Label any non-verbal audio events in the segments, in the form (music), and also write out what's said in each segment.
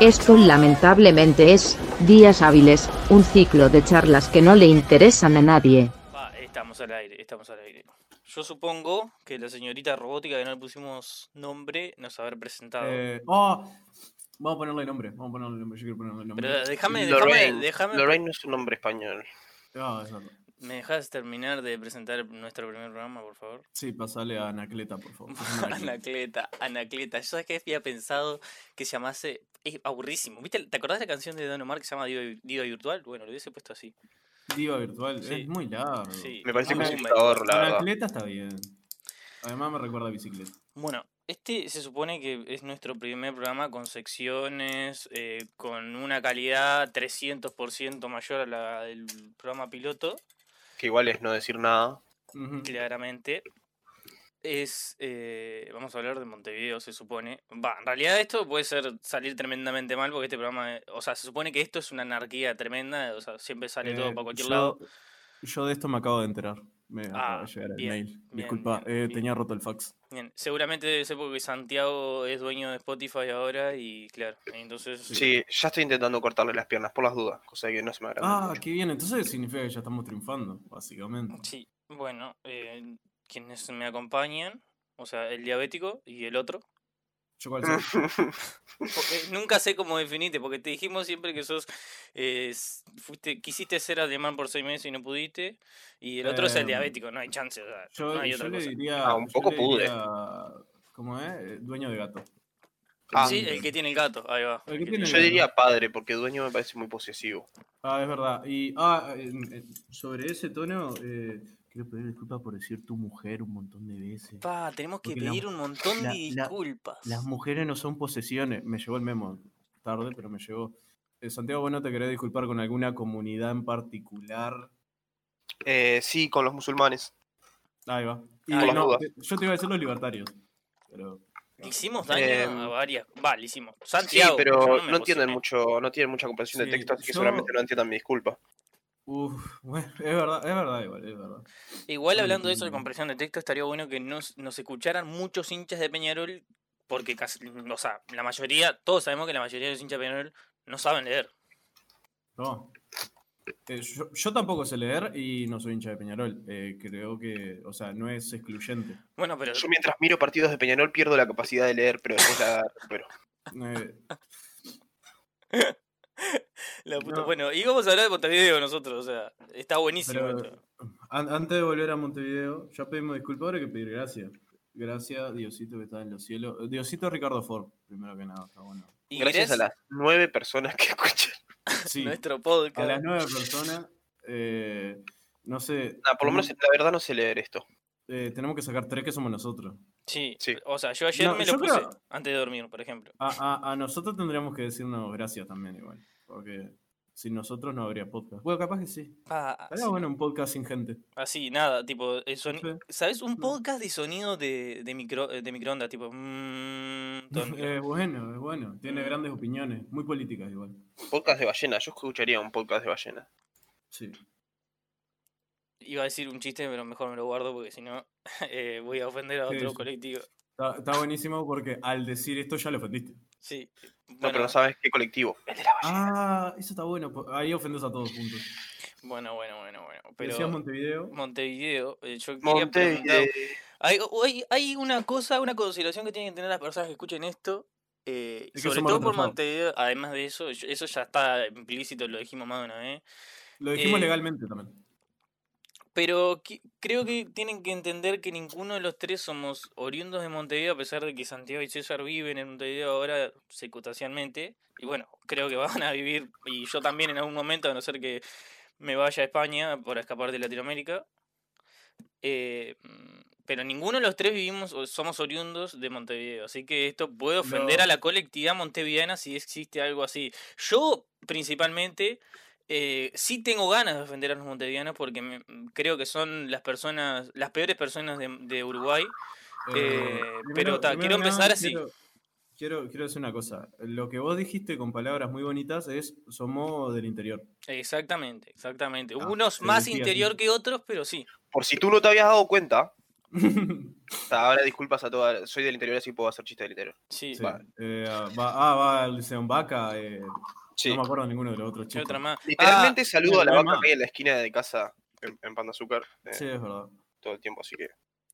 Esto lamentablemente es, días hábiles, un ciclo de charlas que no le interesan a nadie. Ah, estamos al aire, estamos al aire. Yo supongo que la señorita robótica que no le pusimos nombre nos habrá presentado. Eh, oh, vamos a ponerle nombre. Vamos a ponerle nombre. Yo quiero ponerle nombre. Pero déjame, déjame, Lorraine. déjame. Lorraine no es un nombre español. Ah, eso no. ¿Me dejas terminar de presentar nuestro primer programa, por favor? Sí, pasale a Anacleta, por favor. (laughs) Anacleta, Anacleta. Yo sabes que había pensado que se llamase. Es aburrísimo. ¿Viste? ¿Te acordás de la canción de Don Omar que se llama Diva, Diva Virtual? Bueno, lo hubiese puesto así. Diva virtual. Sí. Es muy largo. Sí. Me parece es que Ah, es un boomer. un dictador, la verdad. Anacleta está bien. Además me recuerda a bicicleta. Bueno, este se supone que es nuestro primer programa con secciones, eh, con una calidad 300% mayor a la del programa piloto, Que igual es no decir nada. Ujú. claramente. Es, eh, vamos a hablar de Montevideo, se supone. Va, en realidad esto puede ser salir tremendamente mal porque este programa, eh, o sea, se supone que esto es una anarquía tremenda, o sea, siempre sale todo Eh, para cualquier yo- lado. Yo de esto me acabo de enterar. Me acaba Ah, de llegar el bien, mail. bien, Disculpa, bien, eh, bien. tenía roto el fax. Bien, seguramente debe ser porque Santiago es dueño de Spotify ahora y claro, entonces... eh, Sí, ya estoy intentando cortarle las piernas por las dudas, cosa que no se me agrada. Ah, qué bien. Entonces significa que ya estamos triunfando, básicamente. Sí, bueno, eh, quienes me acompañan, o sea, el diabético y el otro. Yo cuál soy. (laughs) Porque nunca sé cómo definirte, porque te dijimos siempre que sos, eh, s- fuiste, quisiste ser alemán por seis meses y no pudiste, y el otro es el Em, diabético, no hay chance, o sea, Yo, no hay yo otra le cosa. diría. Ah, un yo poco le pude. diría, ¿Cómo es? Eh, Dueño de gato. Ah, Sí, el que tiene el gato, ahí va. El el que que tiene tiene- Yo diría padre, porque dueño me parece muy posesivo. Ah, es verdad. Y ah, eh, eh, sobre ese tono, eh, quiero pedir disculpas por decir tu mujer un montón de veces. Pa, tenemos que Porque la- pedir un montón de la- la- disculpas. Las mujeres no son posesiones. Me llegó el memo tarde, pero me llegó. Eh, Santiago, bueno, te querés disculpar con alguna comunidad en particular. Eh, sí, con los musulmanes. Ahí va. Y, Por las no, dudas. te- yo te iba a decir los libertarios. Pero Le hicimos daño Em, a varias. Va, le hicimos. Sí, Santiago, pero yo no, me entienden emocioné. mucho, no tienen mucha comprensión de Sí, texto, así que yo- seguramente no entiendan mi disculpa. Uf, (laughs) bueno, es verdad, es verdad igual, es verdad. Igual No hablando de eso de entiendo. comprensión de texto, estaría bueno que nos, nos escucharan muchos hinchas de Peñarol, porque casi, o sea, la mayoría, todos sabemos que la mayoría de los hinchas de Peñarol no saben leer. No. Eh, yo, yo tampoco sé leer y no soy hincha de Peñarol. Eh, creo que, o sea, no es excluyente. Bueno, pero Yo mientras miro partidos de Peñarol pierdo la capacidad de leer, pero después la (laughs) recupero. Eh, la puta- no. bueno, y vamos a hablar de Montevideo nosotros, o sea, está buenísimo Pero- esto. an- antes de volver a Montevideo, ya pedimos disculpas, ahora hay que pedir gracias. Gracias, Diosito que está en los cielos. Eh, Diosito Ricardo Ford, primero que nada, está bueno. Y Gracias a Gres, las nueve personas que (laughs) escuchan. Sí, nuestro a las podcast. nueve personas, eh, no sé. Nah, Ah, por lo menos la verdad no sé leer esto. eh, tenemos que sacar tres que somos nosotros. Sí, Sí. o sea, yo ayer No, me lo yo puse creo- antes de dormir, por ejemplo. A, a- a nosotros tendríamos que decirnos gracias también, igual. Porque sin nosotros no habría podcast. Bueno, capaz que sí. Ah, Estaría bueno un podcast sin gente. Así, nada, tipo, el soni- (laughs) Sí. ¿sabes? Un Mm. podcast de sonido de, de, micro, de microondas, tipo... (laughs) mm, ton- Es eh, bueno, es bueno. Tiene grandes opiniones, muy políticas igual. Podcast de ballena, yo escucharía un podcast de ballena. Sí. Iba a decir un chiste, pero mejor me lo guardo porque si no (laughs) eh, voy a ofender a Sí, otro sí. colectivo. Está, está buenísimo porque al decir esto ya lo ofendiste. Sí. No, pero Bueno, no sabes qué colectivo. El de la ballena. Ah, eso está bueno. po- Ahí ofendes a todos juntos. bueno, bueno, bueno, bueno. Decías Pero Montevideo. Montevideo, eh, yo quería preguntar... Montevideo. Hay, hay, hay una cosa, una consideración que tienen que tener las personas que escuchen esto, eh, Es que sobre somos todo por retrasados. Montevideo, además de eso, yo- eso ya está implícito, lo dijimos más de una vez. Lo dijimos eh, legalmente también. Pero qui- creo que tienen que entender que ninguno de los tres somos oriundos de Montevideo, a pesar de que Santiago y César viven en Montevideo ahora circunstancialmente. Y bueno, creo que (laughs) van a vivir, y yo también en algún momento, a no ser que me vaya a España para escapar de Latinoamérica. Eh, mm, pero ninguno de los tres vivimos o somos oriundos de Montevideo, así que esto puede ofender a No. la colectividad montevideana si existe algo así. Yo, principalmente, eh, sí tengo ganas de ofender a los montevideanos porque me- mm, creo que son las personas, las peores personas de, de Uruguay. eh, pero ta, quiero que empezar nada, así. Quiero, quiero, quiero decir una cosa. Lo que vos dijiste con palabras muy bonitas es somos del interior. (laughs) Exactamente, exactamente. Ah, Unos se más decía así. interior que otros, pero sí. Por si tú no te habías dado cuenta, O sea, ahora disculpas a todas. Soy del interior, así puedo hacer chistes del interior. Sí, Sí, Va. eh, ah, va, ah, va el León Vaca. eh, Sí. No me acuerdo ninguno de los otros ¿qué chicos. otra más? Literalmente Ah, saludo a la no hay vaca más. que hay en la esquina de casa en, en Pan de Azúcar eh, Sí, es verdad. todo el tiempo, así que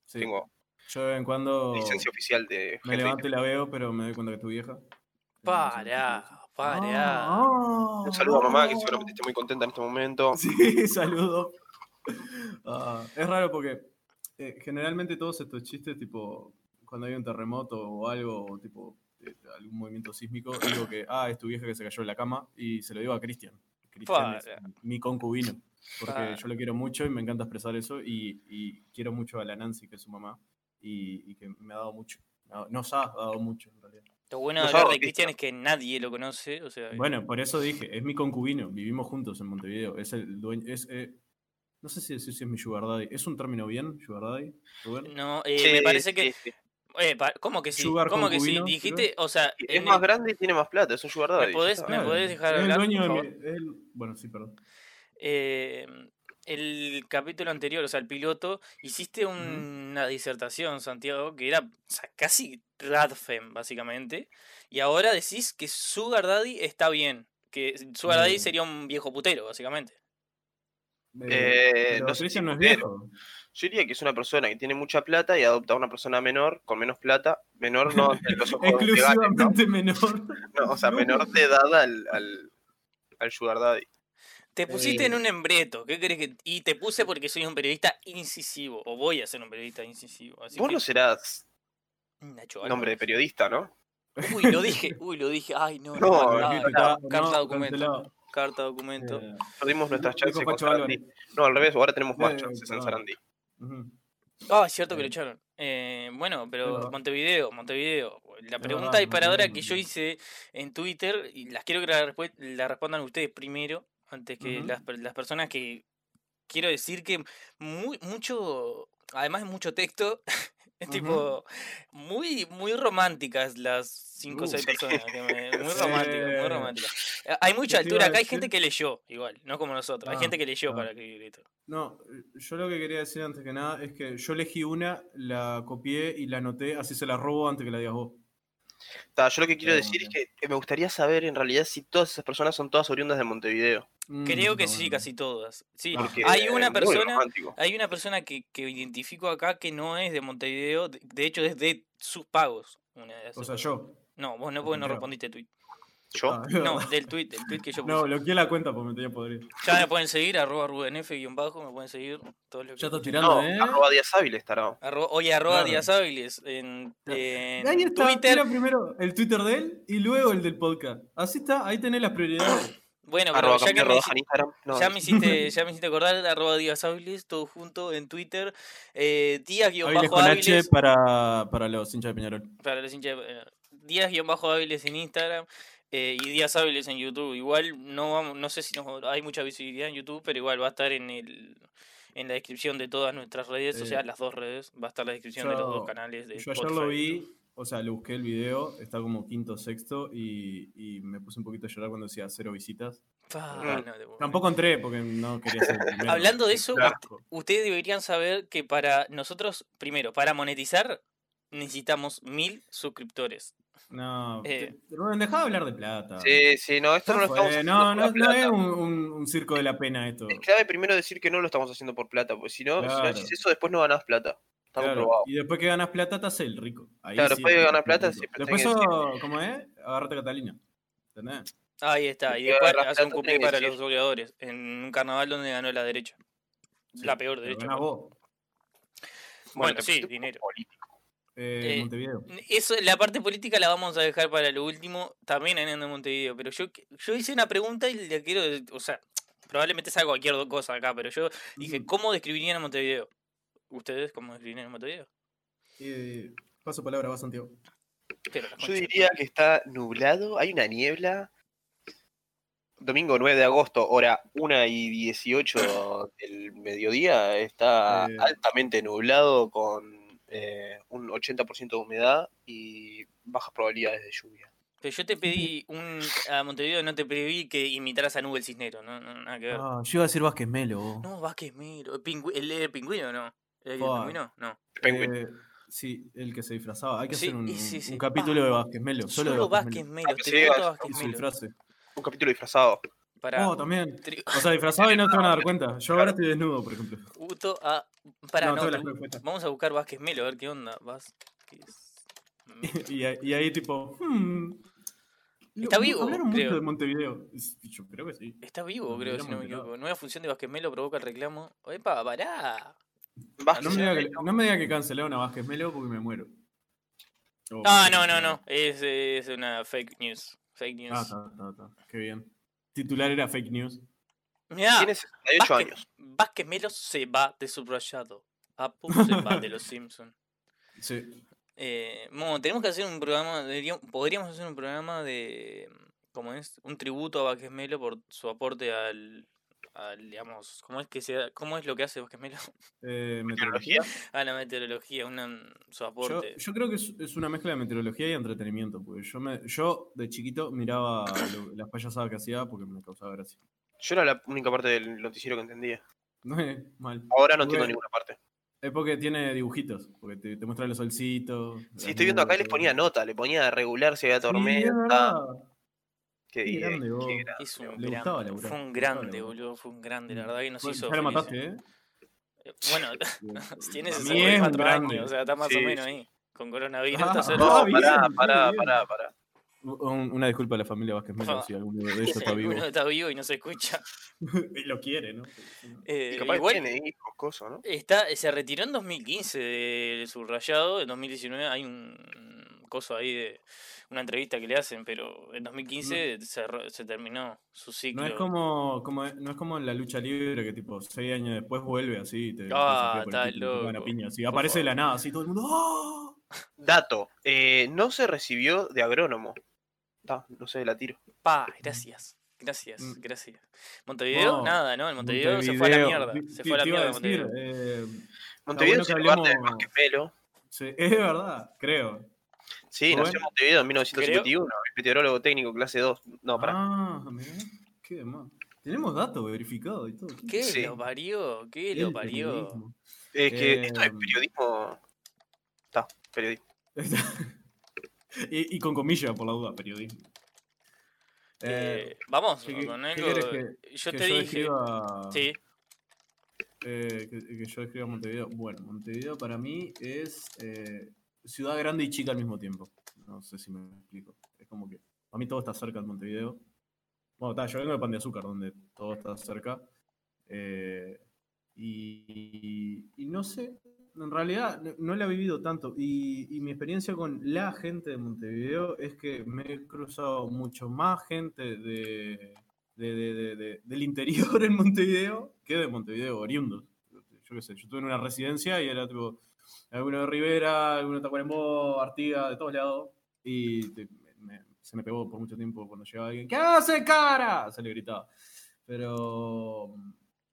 Sí. tengo Yo de vez en cuando licencia oficial de me gente. levanto y la veo, pero me doy cuenta que es tu vieja. Ah, pará, pará. Ah, Un saludo a mamá, que seguramente esté muy contenta en este momento. Sí, (laughs) saludo. Ah, es raro porque eh, generalmente todos estos chistes, tipo, cuando hay un terremoto o algo, o tipo, eh, algún movimiento sísmico, digo que, ah, es tu vieja que se cayó en la cama, y se lo digo a Cristian. Cristian es Para. mi concubino, porque Para. yo lo quiero mucho y me encanta expresar eso, y, y quiero mucho a la Nancy, que es su mamá, y, y que me ha dado mucho. Me ha dado- Nos ha dado mucho, en realidad. Lo bueno No de hablar sos de autista. Cristian es que nadie lo conoce. O sea, Bueno, por eso dije, es mi concubino, vivimos juntos en Montevideo, es el dueño, es, eh, no sé si decir si es mi sugar daddy, ¿es un término bien, sugar daddy, Rubén? no, eh, Sí, me parece que. sí, sí. Eh, pa- ¿Cómo que sí? Sugar ¿Cómo que sí? concubino, Dijiste, o sea. Y Es en más el- grande y tiene más plata, es un sugar ¿Me daddy. podés- ya Eh, está. me podés dejar es el hablar, dueño por de mi- es el- bueno, sí, perdón. eh, el capítulo anterior, o sea, el piloto, hiciste una disertación, Santiago, que era o sea, casi Radfem, básicamente. Y ahora decís que Sugar Daddy está bien. Que Sugar Daddy Mm. sería un viejo putero, básicamente. Eh, Eh, pero no sé Cristian si no es putero. viejo. Yo diría que es una persona que tiene mucha plata y adopta a una persona menor, con menos plata, menor (laughs) no ante los ojos legales, ¿no? Exclusivamente menor. (laughs) No, o sea, menor de edad al, al, al sugar daddy. Te pusiste en Eh. un embreto, ¿qué crees que.? Y te puse porque soy un periodista incisivo, o voy a ser un periodista incisivo. Así Vos que, mm, no serás Nacho nombre de Álvarez. periodista, ¿no? Uy, lo dije, uy, lo dije. Ay, no, No, no, no, ay, Está- carta no, documento. cancelado. Carta documento. Eh, Perdimos nuestras dijo Pacho chances contra Sarandí. Álvarez. No, al revés, ahora tenemos más Eh, chances en perdón. Sarandí. Ujú. Ah, es cierto que lo Eh, echaron. Eh, bueno, pero verdad. Montevideo, Montevideo. La Es pregunta verdad, disparadora que Montevideo, yo hice en Twitter, y las quiero que la, respu- la respondan ustedes primero, antes que Ujú. las, per- las personas que... Quiero decir que muy, mucho, además de mucho texto, (laughs) es Ujú. tipo muy, muy románticas las cinco o Uh, seis sí. personas. que me- (laughs) muy Sí. románticas, muy románticas. Eh, Hay mucha te iba altura, a acá hay decir? gente que leyó, igual, no como nosotros. Hay Ah, gente que leyó ah. para escribir esto. No, eh, yo lo que quería decir antes que nada es que yo elegí una, la copié y la anoté, así se la robo antes que la digas vos. Ta, yo lo que quiero Pero, decir es que me gustaría saber en realidad si todas esas personas son todas oriundas de Montevideo. Mm, Creo está que sí, bueno. casi todas. Sí, Ah. porque hay es una muy persona, romántico. hay una persona que, que identifico acá que no es de Montevideo, de, de hecho es de sus pagos. una de O esas sea, personas. yo. No, vos no porque no Santiago. respondiste (laughs) tweet. Yo, Ah, No, del tweet, del tweet (laughs) (laughs) que yo puse. No, bloqueé la cuenta porque me tenía podrido. Ya me pueden seguir, arroba rubenf guión bajo, me pueden seguir todo lo que. Ya está tirando, no, ¿eh? arroba Díaz Áviles, tarado. Arro- oye, arroba Claro. Díaz Áviles en, en Ahí está, Twitter. tira primero el Twitter de él y luego el del podcast. Así está, ahí tenés las (coughs) prioridades. Bueno, pero Arroba ya que Camilo me, Rodaja hici- en Instagram. No, ya no. me (laughs) hiciste, ya me hiciste acordar, arroba Díaz Áviles, todo junto en Twitter. Eh, Díaz guión Hábiles bajo con H Áviles. para, para los hinchas de Peñarol. Para los hinchas, eh, Díaz-Hábiles en Instagram eh, y Díaz Hábiles en YouTube. Igual no vamos, no sé si nos- hay mucha visibilidad en YouTube, pero igual va a estar en el en la descripción de todas nuestras redes, o Eh, sea, las dos redes, va a estar la descripción de los dos yo- canales de Yo ayer lo Spotify. vi, o sea, lo busqué el video, está como quinto sexto y, y me puse un poquito a llorar cuando decía cero visitas. Pa, Mm. no te puedo creer. Tampoco entré porque no quería ser el (laughs) primero. Hablando de eso, Qué asco. Ustedes deberían saber que para nosotros, primero, para monetizar, necesitamos mil suscriptores. No, Eh. te- Rubén, dejá de hablar de plata. Sí, sí, no, esto Ya no lo fue, estamos haciendo no, por la no, no plata. es un, un- un circo de la pena esto. Es clave primero decir que no lo estamos haciendo por plata, porque si no, si no Claro. haces eso, después no ganás plata. Está Claro, comprobado. Y después que ganas plata, te haces el rico. Ahí Claro, sí, después de te ganar haces el plata, rico. siempre tenés Después, que sos- ¿cómo es? Agarrate a Catalina. ¿Entendés? Ahí está, y Porque después agarrás hace un plata, cupé tenés que para decir. los goleadores en un carnaval donde ganó la derecha. Sí, la peor pero derecha. ganás vos. Bueno, te sí, pusiste un dinero. político. Eh, Eh, Montevideo. Eso, la parte política la vamos a dejar para lo último, también en Endo Montevideo, pero yo, que- yo hice una pregunta y le quiero, de- o sea, probablemente salga cualquier do- cosa acá, pero yo dije, Ujú. ¿cómo describirían a Montevideo? ¿Ustedes cómo describirían a Montevideo? Eh, paso palabra, va Santiago. Pero la Yo concha. diría que está nublado, hay una niebla. Domingo 9 de agosto, hora 1 y 18 del mediodía, está Eh. altamente nublado con eh, un 80% de humedad y bajas probabilidades de lluvia. Pero yo te pedí un. A Montevideo no te pedí que imitaras a Nubel Ah. Cisnero, ¿no? no nada que ver. yo iba a decir Vázquez Melo. No, Vázquez Miro. El, pingü- el, eh, pingüino, no. ¿El Fua. pingüino? No. Penguin. Eh, sí, el que se disfrazaba. Hay que Sí, hacer un, y sí, sí. un capítulo de Vázquez Melo. Solo, de Vázquez Vázquez Melo, te Sí, cuento es- Vázquez Melo. Y su Melo. disfrace. Un capítulo disfrazado. Para Oh, también. tri- O sea, disfrazado y no te van a dar cuenta. Yo ahora estoy desnudo, por ejemplo. tributo a. Para, no, no, todas las tribu- respuestas. Vamos a buscar Vázquez Melo, a ver qué onda. Vázquez (laughs) Melo. Y, ahí- y ahí tipo, hmm. Está Lo- vivo, Hablaron mucho creo. de Montevideo. Es- Yo creo que sí. Está vivo, Nos creo, si no hubiéramos me enterado. equivoco. Nueva función de Vázquez Melo provoca el reclamo. ¡Epa, pará! Ah, Vázquez No me diga que, Melo. no me diga que cancelaron a Vázquez Melo porque me muero. Oh, Ah, no, no, no. Es, es una fake news. Fake Ah, news. está, está, está. Qué bien. Titular era fake news. Mirá, Ah, Tiene 68 Vázquez- años. Vázquez Melo se va de subrayado. Apu se va (laughs) de los Simpsons. Sí. Eh, Momo, tenemos que hacer un programa, deberíamos- podríamos hacer un programa de, como es? Un tributo a Vázquez Melo por su aporte al, al, digamos, ¿cómo es que sea, cómo es lo que hace Vázquez Melo? Eh, Meteorología. A Ah, la meteorología, una, su Yo, aporte. yo creo que es, es una mezcla de meteorología y entretenimiento, porque yo me, yo de chiquito miraba lo- las payasadas que hacía porque me causaba gracia. (laughs) Yo era la única parte del noticiero que entendía. No es mal. Ahora no entiendo Bueno. ninguna parte. Es porque tiene dibujitos, porque te, te muestra los solcitos. Sí, estoy viendo acá, les ponía nota, le ponía regular si había tormenta. Qué, qué bien, grande vos. qué grande. Es un Le gran- gustaba laburar, fue un le gustaba grande, laburar. Mm. boludo, fue un grande, la verdad que nos hizo ya lo felices. (laughs) mataste, ¿eh? Eh, Bueno, (laughs) tiene A mí 64 es un años, grande. o sea, está más Sí, o menos sí. ahí. Con coronavirus Ah, está cerca. No, (laughs) Ah, bien, pará, bien, pará, bien. pará, pará. Un- Una disculpa a la familia Vázquez (laughs) Melo Ah. si alguno de ellos está vivo. Uno está vivo y no se escucha. (laughs) y lo quiere, ¿no? Eh, Y capaz igual- tiene hijos, cosas, ¿no? Está, se retiró en 2015 de subrayado, en 2019 hay un coso ahí de una entrevista que le hacen, pero en 2015 se, re- se terminó su ciclo. No es como, como no es como en la lucha libre que tipo seis años después vuelve así y te, te Ah, desafía por el está título y te pega una loco. piña, así, Por aparece de la favor. nada así todo el mundo ¡ah! Dato, eh, no se recibió de agrónomo. Ah, no sé, la tiro. Pa, gracias. Gracias, Eh, Mm. gracias. Montevideo, No, nada, ¿no? El Montevideo, se fue a la mierda. Te- Se te fue a la iba mierda decir, Montevideo. eh, Montevideo bueno que es el lugar de hablemos- Vázquez Melo. sí, (laughs) es verdad, creo. Sí, Bueno. nació en Montevideo en 1951. es Meteorólogo técnico, clase 2. No, pará. Ah, mirá, qué demás. Tenemos datos verificados y todo. ¿Qué Sí. lo parió? ¿Qué El lo parió? periodismo. es que esto es eh, periodismo. Está, periodismo. y, y con comillas por la duda, periodismo. Eh, Eh, vamos, ¿qué- con qué algo. querés que- yo que te dije. describa- Sí, eh, que, que yo describa Montevideo. Bueno, Montevideo para mí es eh, ciudad grande y chica al mismo tiempo. No sé si me explico. Es como que a mí todo está cerca en Montevideo. Bueno, está, yo vengo de Pan de Azúcar, donde todo está cerca. Eh, y, y no sé, en realidad no, no la he vivido tanto. Y, y mi experiencia con la gente de Montevideo es que me he cruzado mucho más gente de, de- de- de- de- del interior en Montevideo que de Montevideo oriundos. Yo qué sé, yo estuve en una residencia y era tipo, alguno de Rivera, alguno de Tacuarembó, Artigas, de todos lados. Y te- me- se me pegó por mucho tiempo cuando llegaba alguien, ¿qué hace cara? Se le gritaba. Pero,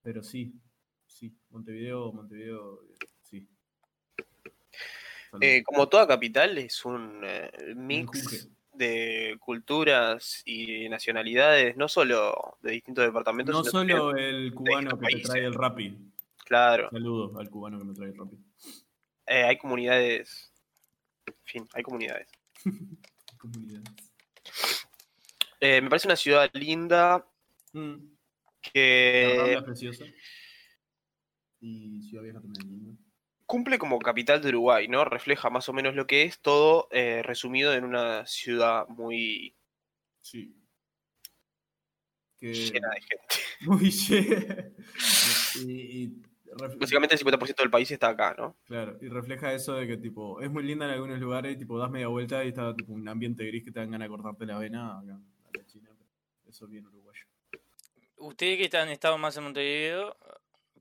pero sí, sí, Montevideo, Montevideo, eh, sí. Salud. Eh, como toda capital, es un eh, Mix. mix de culturas y nacionalidades, no solo de distintos departamentos. no sino solo también- el cubano que te países. trae el rapi. claro, Saludos al cubano que me trae el rapi. eh, hay comunidades. En fin, hay comunidades. Comunidad. Eh, me parece una ciudad linda Mm. La que Rambla es preciosa. Y Ciudad Vieja también es linda. cumple como capital de Uruguay, ¿no? Refleja más o menos lo que es todo eh, resumido en una ciudad muy Sí. Que... (laughs) llena de gente. Muy llena. y, y ref- Básicamente el 50% del país está acá, ¿no? Claro, y refleja eso de que tipo, es muy linda en algunos lugares, tipo, das media vuelta y está tipo un ambiente gris que te dan ganas de cortarte la vena acá, a la China. pero Eso es bien uruguayo. Ustedes que están estado más en Montevideo,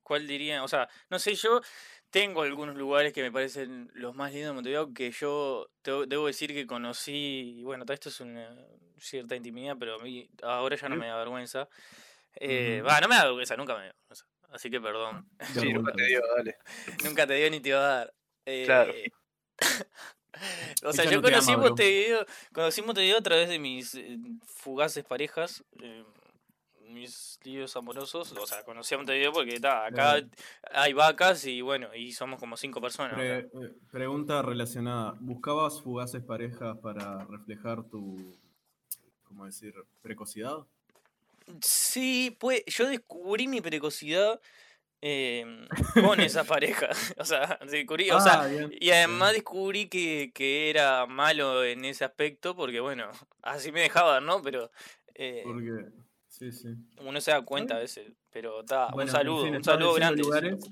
¿cuál dirían? O sea, no sé, yo tengo algunos lugares que me parecen los más lindos de Montevideo que yo te- debo decir que conocí, y bueno, ta- esto es una cierta intimidad, pero a mí ahora ya no Sí. me da vergüenza. Eh, Ujú. Va, no me da vergüenza, nunca me da vergüenza. Así que perdón, Da Sí, nunca vuelta. te digo, dale. nunca te dio ni te iba a dar. Claro. Eh, (laughs) o sea, Ella yo no te conocí ama, bro. Montevideo, conocí Montevideo a través de mis eh, fugaces parejas. eh, mis líos amorosos, o sea, conocí a Montevideo porque ta, acá hay vacas y bueno, y somos como cinco personas. Pre- acá. eh, pregunta relacionada. ¿Buscabas fugaces parejas para reflejar tu, ¿cómo decir?, precocidad. Sí, pues yo descubrí mi precocidad eh, (laughs) con esa pareja. (laughs) O sea, descubrí, o sea, Ah, bien. y además descubrí que, que era malo en ese aspecto porque bueno, (laughs) así me dejaban, ¿no? Pero eh, Porque, sí, sí. uno se da cuenta a veces. Pero está, Bueno, en Ah, un saludo, fin, un estabas saludo grande. diciendo sí. lugares.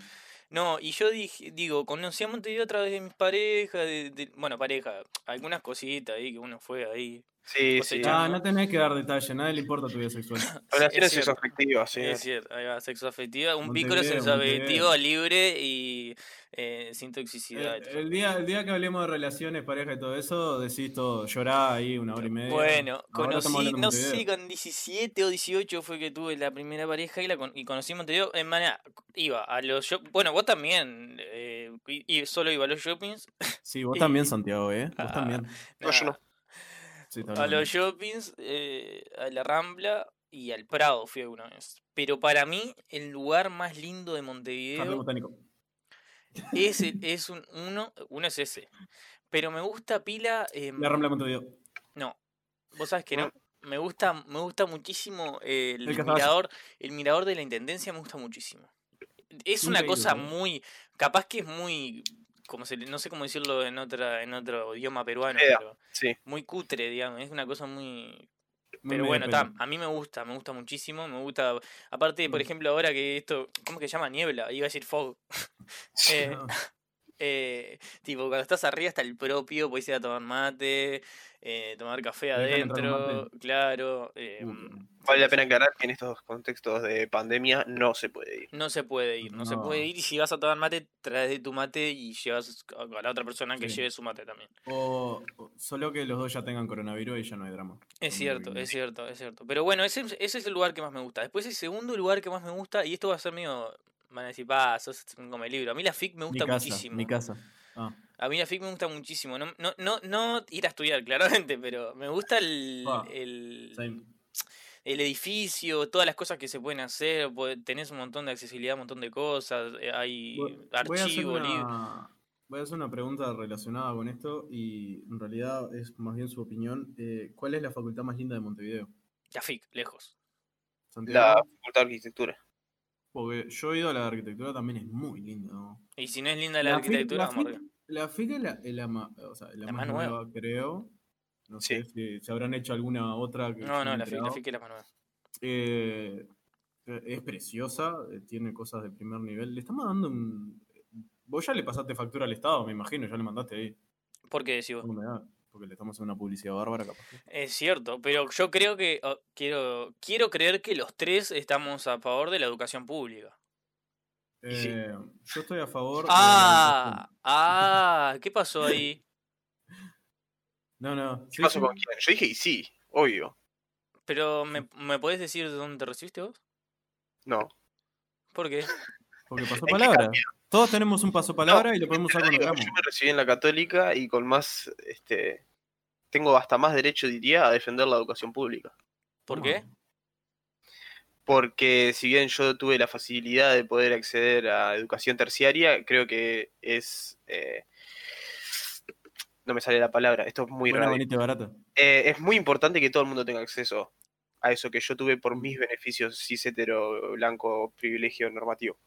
No, y yo dije, digo, conocí a Montevideo a través de mis parejas, de, de- bueno, pareja, algunas cositas ahí que uno fue ahí. Sí, Pues sí. está- Ah, no tenés que dar detalle, a nadie le importa tu (laughs) vida sexual. Eh, Relaciones es cierto. sexoafectivas, sí. Es cierto, ahí va, sexo un vínculo Montevideo, sexoafectivo libre y eh, sin toxicidad. El, el día, el día que hablemos de relaciones, pareja y todo eso, decís todo, llorá ahí una hora y media. Bueno, Ahora conocí, estamos hablando de no sé, Montevideo. con 17 o 18 fue que tuve la primera pareja y, la con- y conocí Montevideo. En manera, iba a los shoppings. Bueno, vos también. eh, y, y solo iba a los shoppings. Sí, vos y- también, Santiago, ¿eh? Vos Ah, también. (laughs) No, yo nada, no. Sí, está A hablando. los shoppings, eh, a la Rambla y al Prado fui alguna vez. Pero para mí, el lugar más lindo de Jardín Montevideo botánico. es, el- es un, uno, uno es ese. Pero me gusta pila. em, La Rambla de Montevideo. No, vos sabés que no. Me gusta, me gusta muchísimo el, El Cazabaza. mirador, el mirador de la intendencia me gusta muchísimo. Es una cosa Increíble. muy, capaz que es muy, como se, le- no sé cómo decirlo en otra, en otro idioma peruano, Fea. pero Sí. muy cutre, digamos, es una cosa muy, Muy pero medio bueno, pelo. ta, a mí me gusta, me gusta muchísimo, me gusta, aparte, por Mm. ejemplo, ahora que esto, ¿cómo que se llama? Niebla, iba a decir fog. Eh, Ah, eh, (laughs) tipo, cuando estás arriba está el propio, podés ir a tomar mate, eh, tomar café dejan entrar un adentro, claro. eh, puta. Vale la pena aclarar que en estos contextos de pandemia no se puede ir. no se puede ir, no, se puede No. ir. Y si vas a tomar mate, traes de tu mate y llevas a a la otra persona que Sí. lleve su mate también. O, o solo que los dos ya tengan coronavirus y ya no hay drama. Es Son cierto, muy- es cierto, es cierto. Pero bueno, ese, es- ese es el lugar que más me gusta. Después el segundo lugar que más me gusta, y esto va a ser mío, van a decir, ah, sos un come libro. A mí la FIC me Mi gusta casa, muchísimo. mi casa. Ah, A mí la FIC me gusta muchísimo. No, no, no, no ir a estudiar, (laughs) claramente, pero me gusta el, Ah, el, same. el edificio, todas las cosas que se pueden hacer, po- tenés un montón de accesibilidad, un montón de cosas, eh, hay Voy- voy a hacer archivos, libros. una- Voy a hacer una pregunta relacionada con esto y en realidad es más bien su opinión. Eh, ¿Cuál es la facultad más linda de Montevideo? La FIC, lejos. La Santiago, Facultad de Arquitectura. porque yo he ido a la de arquitectura, también es muy linda. ¿no? Y si no es linda la, La FIC- arquitectura, la vamos FIC arriba. La FIC es la, es la ma- o sea, es la La más más nueva. nueva, creo. No Sí. sé si se habrán hecho alguna otra. Que yo No, me no, he la FIC, la enterado. FIC es la más nueva. Eh, eh, es preciosa, eh, tiene cosas de primer nivel. Le estamos dando un. Vos ya le pasaste factura al Estado, me imagino, ya le mandaste ahí. ¿Por qué decís vos? No me da, Porque le estamos haciendo una publicidad bárbara, capaz. que. Es cierto, pero yo creo que, oh, quiero, quiero creer que los tres estamos a favor de la educación pública. Y sí. Eh, Yo estoy a favor. de la Ah, educación. ah, ¿qué pasó ahí? No, no. ¿Qué sí, pasó sí. con quién? Yo dije y sí, obvio. Pero, (laughs) ¿me, ¿me podés decir de dónde te recibiste vos? No. ¿Por qué? Porque pasó que palabra. Todos tenemos un paso palabra y lo podemos usar cuando Digo, queramos. Yo me recibí en la Católica y con más, este, tengo hasta más derecho, diría, a defender la educación pública. ¿Por qué? Toma. Porque si bien yo tuve la facilidad de poder acceder a educación terciaria, creo que es... eh, no me sale la palabra, esto es muy Buena, raro. bonita y barata. Eh, es muy importante que todo el mundo tenga acceso a eso que yo tuve por mis beneficios cis hetero blanco privilegio normativo.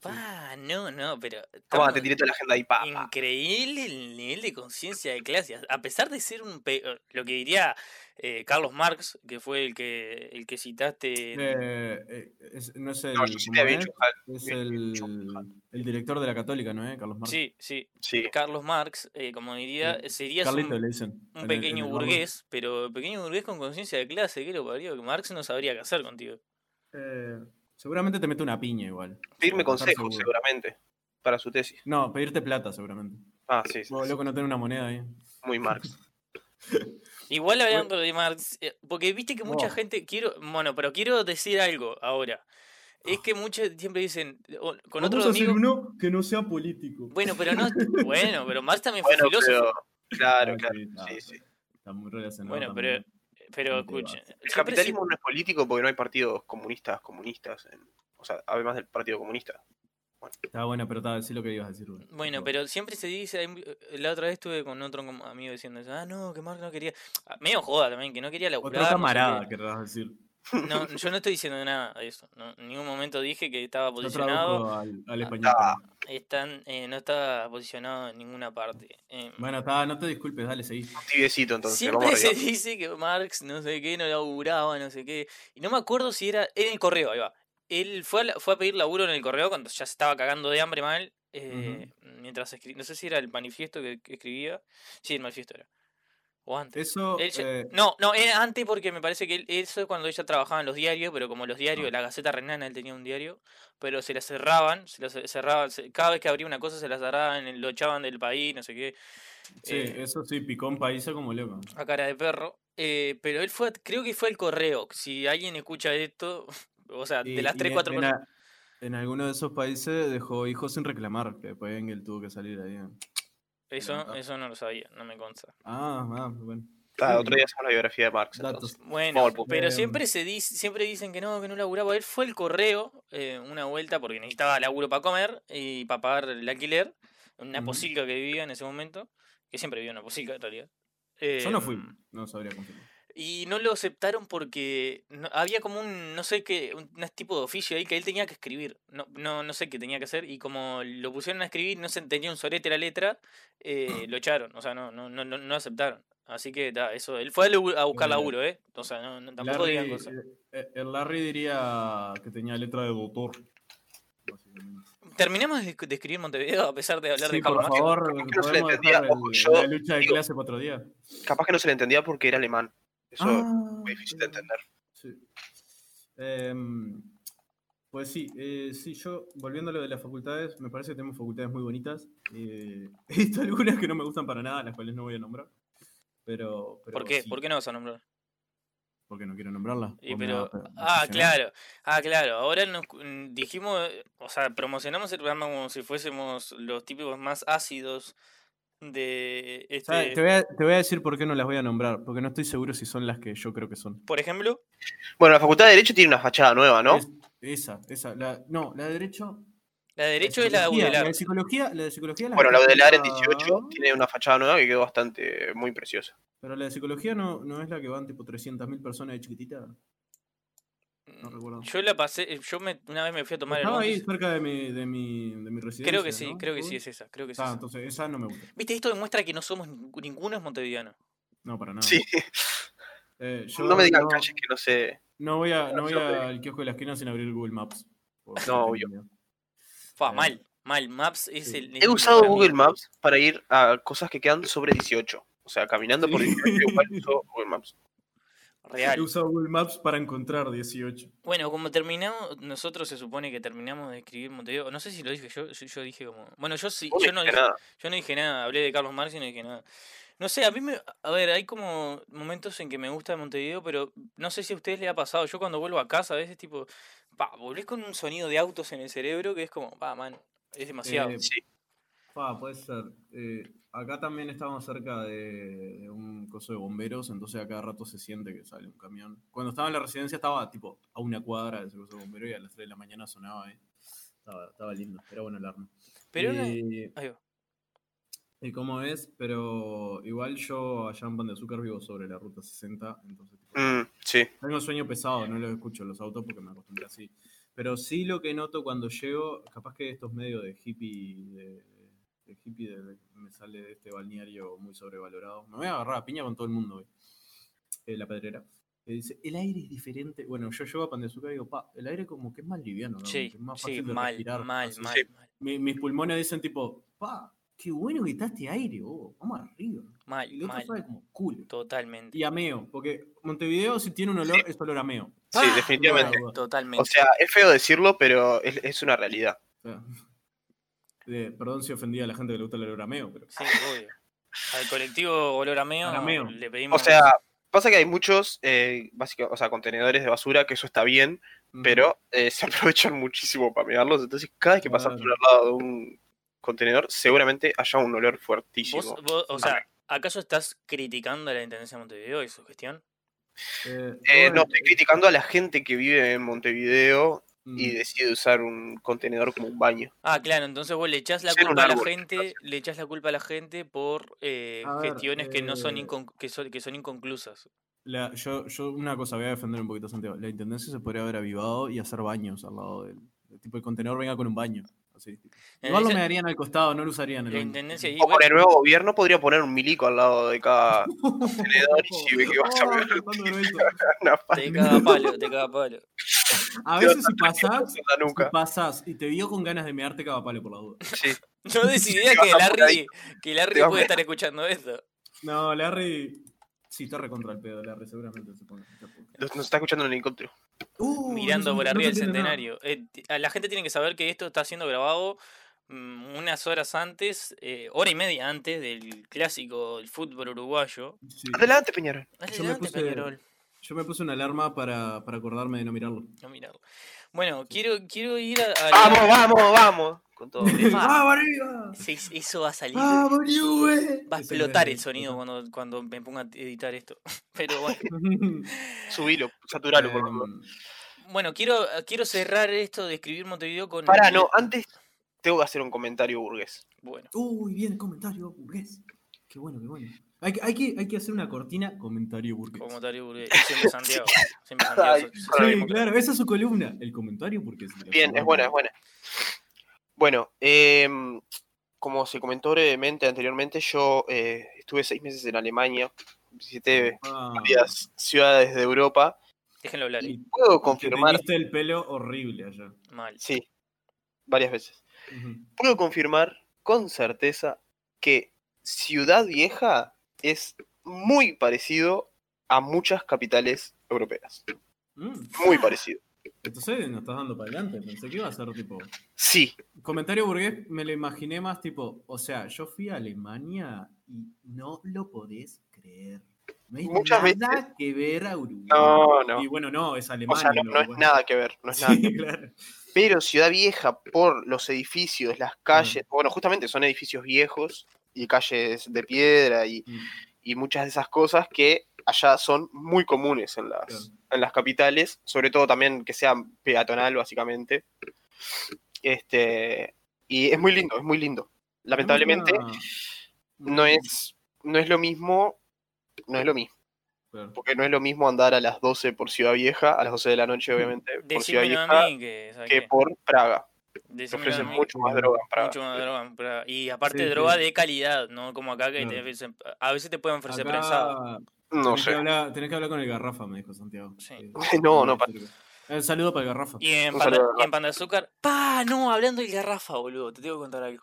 Pa, Ah, no, no, pero. Toma, estamos- te tiré toda la agenda ahí, pa, pa. Increíble el nivel de conciencia de clase. A pesar de ser un pe- lo que diría eh, Carlos Marx, que fue el que el que citaste. en- Eh, eh, es- no es el. No, yo sí te ¿cómo había es? hecho Hal, Es había el, hecho un el director de la Católica, ¿no? Eh? Carlos Marx. Sí, sí. Sí, Carlos Marx, eh, como diría, sería Carlito un, le dicen. en un el- en pequeño el barrio. burgués, pero pequeño burgués con conciencia de clase, que lo parió, que Marx no sabría qué hacer contigo. Eh, seguramente te mete una piña igual. pedirme Para estar seguro. consejos, seguramente, para su tesis. No, pedirte plata seguramente. Ah, sí, sí, Vos, sí, loco, no tener una moneda ahí. muy Marx. Igual hablando de Marx, eh, porque viste que mucha Oh. gente quiero, bueno, pero quiero decir algo ahora. Ah. Es que muchos siempre dicen, o- con otro amigo, uno que no sea político. Bueno, pero no. Bueno, pero Marx también fue Bueno, filósofo. pero, claro, Ah, claro, sí, está, sí, sí. Está muy relacionado. Bueno, también. Pero Ahí va. escuchen. El siempre se- capitalismo no es político porque no hay partidos comunistas, comunistas. en- o sea, además del Partido Comunista. Está buena, pero está, sí lo que ibas a decir. Rubén. Bueno, pero siempre se dice, hay mu- la otra vez estuve con otro com- amigo diciendo eso, ah, no, que Marx no quería, Ah, medio joda también, que no quería laburar. Otro no sé camarada, qué. querrás decir. No, yo no estoy diciendo nada de eso, no, en ningún momento dije que estaba Yo posicionado, tradujo al, al español. Ah. también. están, eh, no estaba posicionado en ninguna parte. Eh, Bueno, está, no te disculpes, dale, seguí. Tibiecito, entonces. Siempre vamos se arriba. dice que Marx no sé qué, no laburaba, no sé qué. Y no me acuerdo si era. Era en el correo, ahí va. Él fue a, la- fue a pedir laburo en el correo cuando ya se estaba cagando de hambre mal. eh, Mientras escribía. No sé si era el manifiesto que, que escribía. Sí, el manifiesto era. O antes. Eso. Él ya- eh, No, no, era antes porque me parece que él- eso es cuando ella trabajaba en los diarios, pero como los diarios, la Gaceta Renana, él tenía un diario, pero se la cerraban, se la ce- cerraban, se- cada vez que abría una cosa se la cerraban, lo echaban del país, no sé qué. sí, eh, eso sí, picó en paisa como loco. a cara de perro. eh, pero él fue, a- creo que fue el correo. Si alguien escucha esto, (laughs) o sea, Y- de las y 3, en- 4 en, personas. a- en alguno de esos países dejó hijos sin reclamar, que después Engel tuvo que salir ahí. Eso, ah. eso no lo sabía, no me consta. Ah, ah, bueno. Ah, otro día hacemos la biografía de Marx. Datos. entonces. Bueno, al punto. pero Em. siempre se dice, siempre dicen que no, que no laburaba. Él fue el correo eh, una vuelta porque necesitaba laburo para comer y para pagar el alquiler. Una Ujú. posilga que vivía en ese momento, que siempre vivía en una posilga en realidad. Eh, Yo no fui, no sabría confirmar. Y no lo aceptaron porque no- había como un, no sé qué, un, un tipo de oficio ahí que él tenía que escribir. No, no, no sé qué tenía que hacer. Y como lo pusieron a escribir, no se entendía un sorete la letra, (clears throat) eh, lo echaron. O sea, no, no, no, no no aceptaron. Así que ta, eso, él fue a, lu- a buscar Eh, laburo, ¿eh? O sea, no, no- tampoco Larry- digan cosas. eh, El Larry diría que tenía letra de doctor. básicamente. Terminamos de, de escribir Montevideo a pesar de hablar Sí, de por Karl Marx. favor, ¿Por qué no se le podemos entendía? dejar el- Ojo, yo la lucha de digo- clase para otro día. Capaz que no se le entendía porque era alemán. Eso Ah, es muy difícil de eh, entender. Sí. Em, pues sí, eh, sí, yo, volviendo a lo de las facultades, me parece que tenemos facultades muy bonitas. eh, (laughs) he visto algunas que no me gustan para nada, las cuales no voy a nombrar. Pero, pero ¿Por qué? sí, ¿Por qué no vas a nombrar? Porque no quiero nombrarlas. Y porque me pero, va a- ¿eh? ah, presionar. claro, ah, claro, ahora nos cu- mm, dijimos, eh, o sea, promocionamos el programa como si fuésemos los típicos más ácidos de ¿Sabes? este, Te, voy a, te voy a decir por qué no las voy a nombrar, porque no estoy seguro si son las que yo creo que son. por ejemplo, Bueno, la Facultad de Derecho tiene una fachada nueva, ¿no? Es- esa, esa. La, no, la de derecho. la de la de derecho es la de psicología, Audelar. La de psicología, la de psicología. la Bueno, la metí Udelar en a- 18 tiene una fachada nueva que quedó bastante, muy preciosa. Pero la de psicología no, no es la que van tipo 300.000 personas de chiquitita. No recuerdo. Yo la pasé, eh, yo me, una vez me fui a tomar el Estaba bondi, ahí cerca de mi, de mi, de mi residencia. creo que sí, ¿no? creo que sí Uy. es esa, creo que sí. Ah, entonces esa no me gusta. Viste, esto demuestra que no somos nin- ninguno es montevideano. No, para nada. Sí, Eh, yo no me digan no, calles que no sé. No voy, a, no voy Yo te- al kiosco de la esquina sin abrir Google Maps. porque No, tengo obvio. miedo. Fa, Eh, mal, mal, Maps es sí. el... He usado Google Maps para ir a cosas que quedan sobre 18. O sea, caminando por Sí. 18, igual uso Google Maps. He Real. usado Google Maps para encontrar 18. Bueno, como terminamos, nosotros se supone que terminamos de escribir Montevideo. No sé si lo dije yo, yo, yo dije como. Bueno, yo sí, Vos no yo no, dijiste dije, nada. yo no dije nada, hablé de Carlos Marx y no dije nada. No sé, a mí me. A ver, hay como momentos en que me gusta Montevideo, pero no sé si a ustedes les ha pasado. Yo cuando vuelvo a casa a veces, tipo, pa, volvés con un sonido de autos en el cerebro que es como, pa, man, es demasiado. Eh, Sí. Pa, puede ser. Eh, acá también estábamos cerca de, de un coso de bomberos, entonces a cada rato se siente que sale un camión. Cuando estaba en la residencia estaba tipo a una cuadra de ese coso de bomberos y a las 3 de la mañana sonaba ahí. Estaba, estaba lindo, era bueno el arma. pero era- y, ahí va. y cómo es, pero igual yo allá en Pan de Azúcar vivo sobre la ruta 60, entonces tipo, Mm, sí. tengo sueño pesado, no los escucho los autos porque me acostumbré así. Pero sí lo que noto cuando llego, capaz que estos medios de hippie, de, de hippie de- de- me sale de este balneario muy sobrevalorado. Me voy a agarrar a piña con todo el mundo hoy. Eh, la pedrera. Eh, dice, el aire es diferente. Bueno, yo llego a Pan de Azúcar y digo, pa, el aire como que es más liviano. ¿no? Como Sí, que es más sí, fácil de mal, respirar, mal, así. mal, Sí. mal, Mi- mis pulmones dicen tipo, pa, qué bueno que está este aire, oh, vamos arriba. mal, Y el otro mal, sabe como culo. Totalmente. Y ameo, porque Montevideo si tiene un olor, es olor a meo. Sí, Ah, definitivamente. no, Totalmente. O sea, es feo decirlo, pero es, es una realidad. O sea, eh, perdón si ofendí a la gente que le gusta el olor a meo, pero Sí, obvio. Al colectivo Olor a Meo Arameo. le pedimos. O sea, pasa que hay muchos eh, básica- o sea, contenedores de basura, que eso está bien, Ujú. pero eh, se (laughs) aprovechan muchísimo para mirarlos. Entonces, cada vez que pasas por Claro. al lado de un contenedor, seguramente haya un olor fuertísimo. ¿Vos, vos- o Dame. sea, ¿acaso estás criticando a la Intendencia de Montevideo y su gestión? Eh, Eh, no, bueno, estoy criticando a la gente que vive en Montevideo mm, y decide usar un contenedor como un baño. Ah, claro, entonces vos le echás la Ser un culpa a la árbol, gente, le echás la culpa a la gente por eh, A ver, gestiones que no son eh, incon- que son, que son inconclusas. la- yo, yo una cosa voy a defender un poquito a Santiago. La intendencia se podría haber avivado y hacer baños al lado del. Tipo, el contenedor venga con un baño. Así. tipo. La Igual lo intendencia- me darían al costado, no lo usarían. el Eh, La baño. intendencia ahí, O con bueno, el nuevo gobierno podría poner un milico al lado (laughs) de cada contenedor y (laughs) si ve que vas a Oh, pegar tratando de ver eso. una te caga palo, te caga palo. (laughs) A Te veces si patada (laughs) pasás, en la si nuca. pasás y te vio con ganas de mearte cada palo por la duda. Sí. No des idea vas que a por Larry, ahí. que Larry Te vas puede por- estar escuchando esto. No, Larry. Sí, está recontra el pedo, Larry, seguramente se pone. se pone. Nos nos está escuchando en el helicóptero. Uh, no mirando se- por no arriba se del entiende nada. centenario. Eh, ti- a la gente tiene que saber que esto está siendo grabado mm, unas horas antes, eh, hora y media antes del clásico del fútbol uruguayo. Sí. Adelante, Peñarol. Dale, Yo me adelante, puse- Peñarol. Yo me puse una alarma para, para acordarme de no mirarlo. No, mirá. Bueno, quiero, quiero ir a. a la- Vamos, vamos, vamos. Con todo. (laughs) ¡Ah, arriba! Se- Eso va a salir. ¡Ah, Bariúe! Va a explotar el sonido cuando, cuando me ponga a editar esto. (laughs) Pero bueno. (laughs) (laughs) Subilo, saturalo, Em, por favor. Bueno, quiero, quiero cerrar esto de escribir Montevideo con. Pará, no, antes tengo que hacer un comentario burgués. Bueno, Uy, bien, comentario burgués. Qué bueno, qué bueno. Hay que, hay que, hay que hacer una cortina comentario burgués. como tal, burgués. Siempre Santiago. Siempre (laughs) Ay, Santiago. para Sí, mí, claro, esa es su columna. El comentario burgués. de la Bien, es semana. buena, es buena. Bueno, em, como se comentó brevemente anteriormente, yo eh, estuve seis meses en Alemania, visité Ah, varias ciudades de Europa Déjenlo hablar. y eh. y puedo te confirmar, teniste el pelo horrible allá. Mal. sí, varias veces, Ujú. puedo confirmar con certeza que Ciudad Vieja es muy parecido a muchas capitales europeas. Mm, Muy parecido. Entonces nos estás dando para adelante. Pensé que iba a ser tipo. Sí, Comentario burgués, me lo imaginé más tipo. O sea, yo fui a Alemania y no lo podés creer. No hay Muchas nada que ver a Uruguay. no, no. Y bueno, no, es O Alemania. sea, no, no loco, es bueno. nada que ver, no es nada que Sí, ver. (laughs) claro. Pero Ciudad Vieja, por los edificios, las calles, bueno, justamente son edificios viejos y calles de piedra y, Mm. y muchas de esas cosas que allá son muy comunes en las, Claro. en las capitales, sobre todo también que sea peatonal, básicamente. Este, y es muy lindo, es muy lindo. Lamentablemente, Una- no es, no es lo mismo, no es lo mismo, Claro. porque no es lo mismo andar a las 12 por Ciudad Vieja, a las 12 de la noche, obviamente, por Ciudad Decímelo Vieja, a mí que, ¿sabes que qué? por Praga. Se Decímelo ofrecen a mí, mucho más droga en Praga. mucho más droga. en Praga. Y aparte Sí, sí. droga de calidad, ¿no? Como acá que te Claro. ofrecen- a veces te pueden ofrecer Acá prensado. No tenés, que sé. hablar, tenés que hablar con el Garrafa, me dijo Santiago. Sí. Eh, (laughs) No, no, pa- Un Eh, saludo para el Garrafa. Y eh, en, Un panda, saludo, y en pan de azúcar. ¡Pa! No, hablando del garrafa, boludo. Te tengo que contar algo.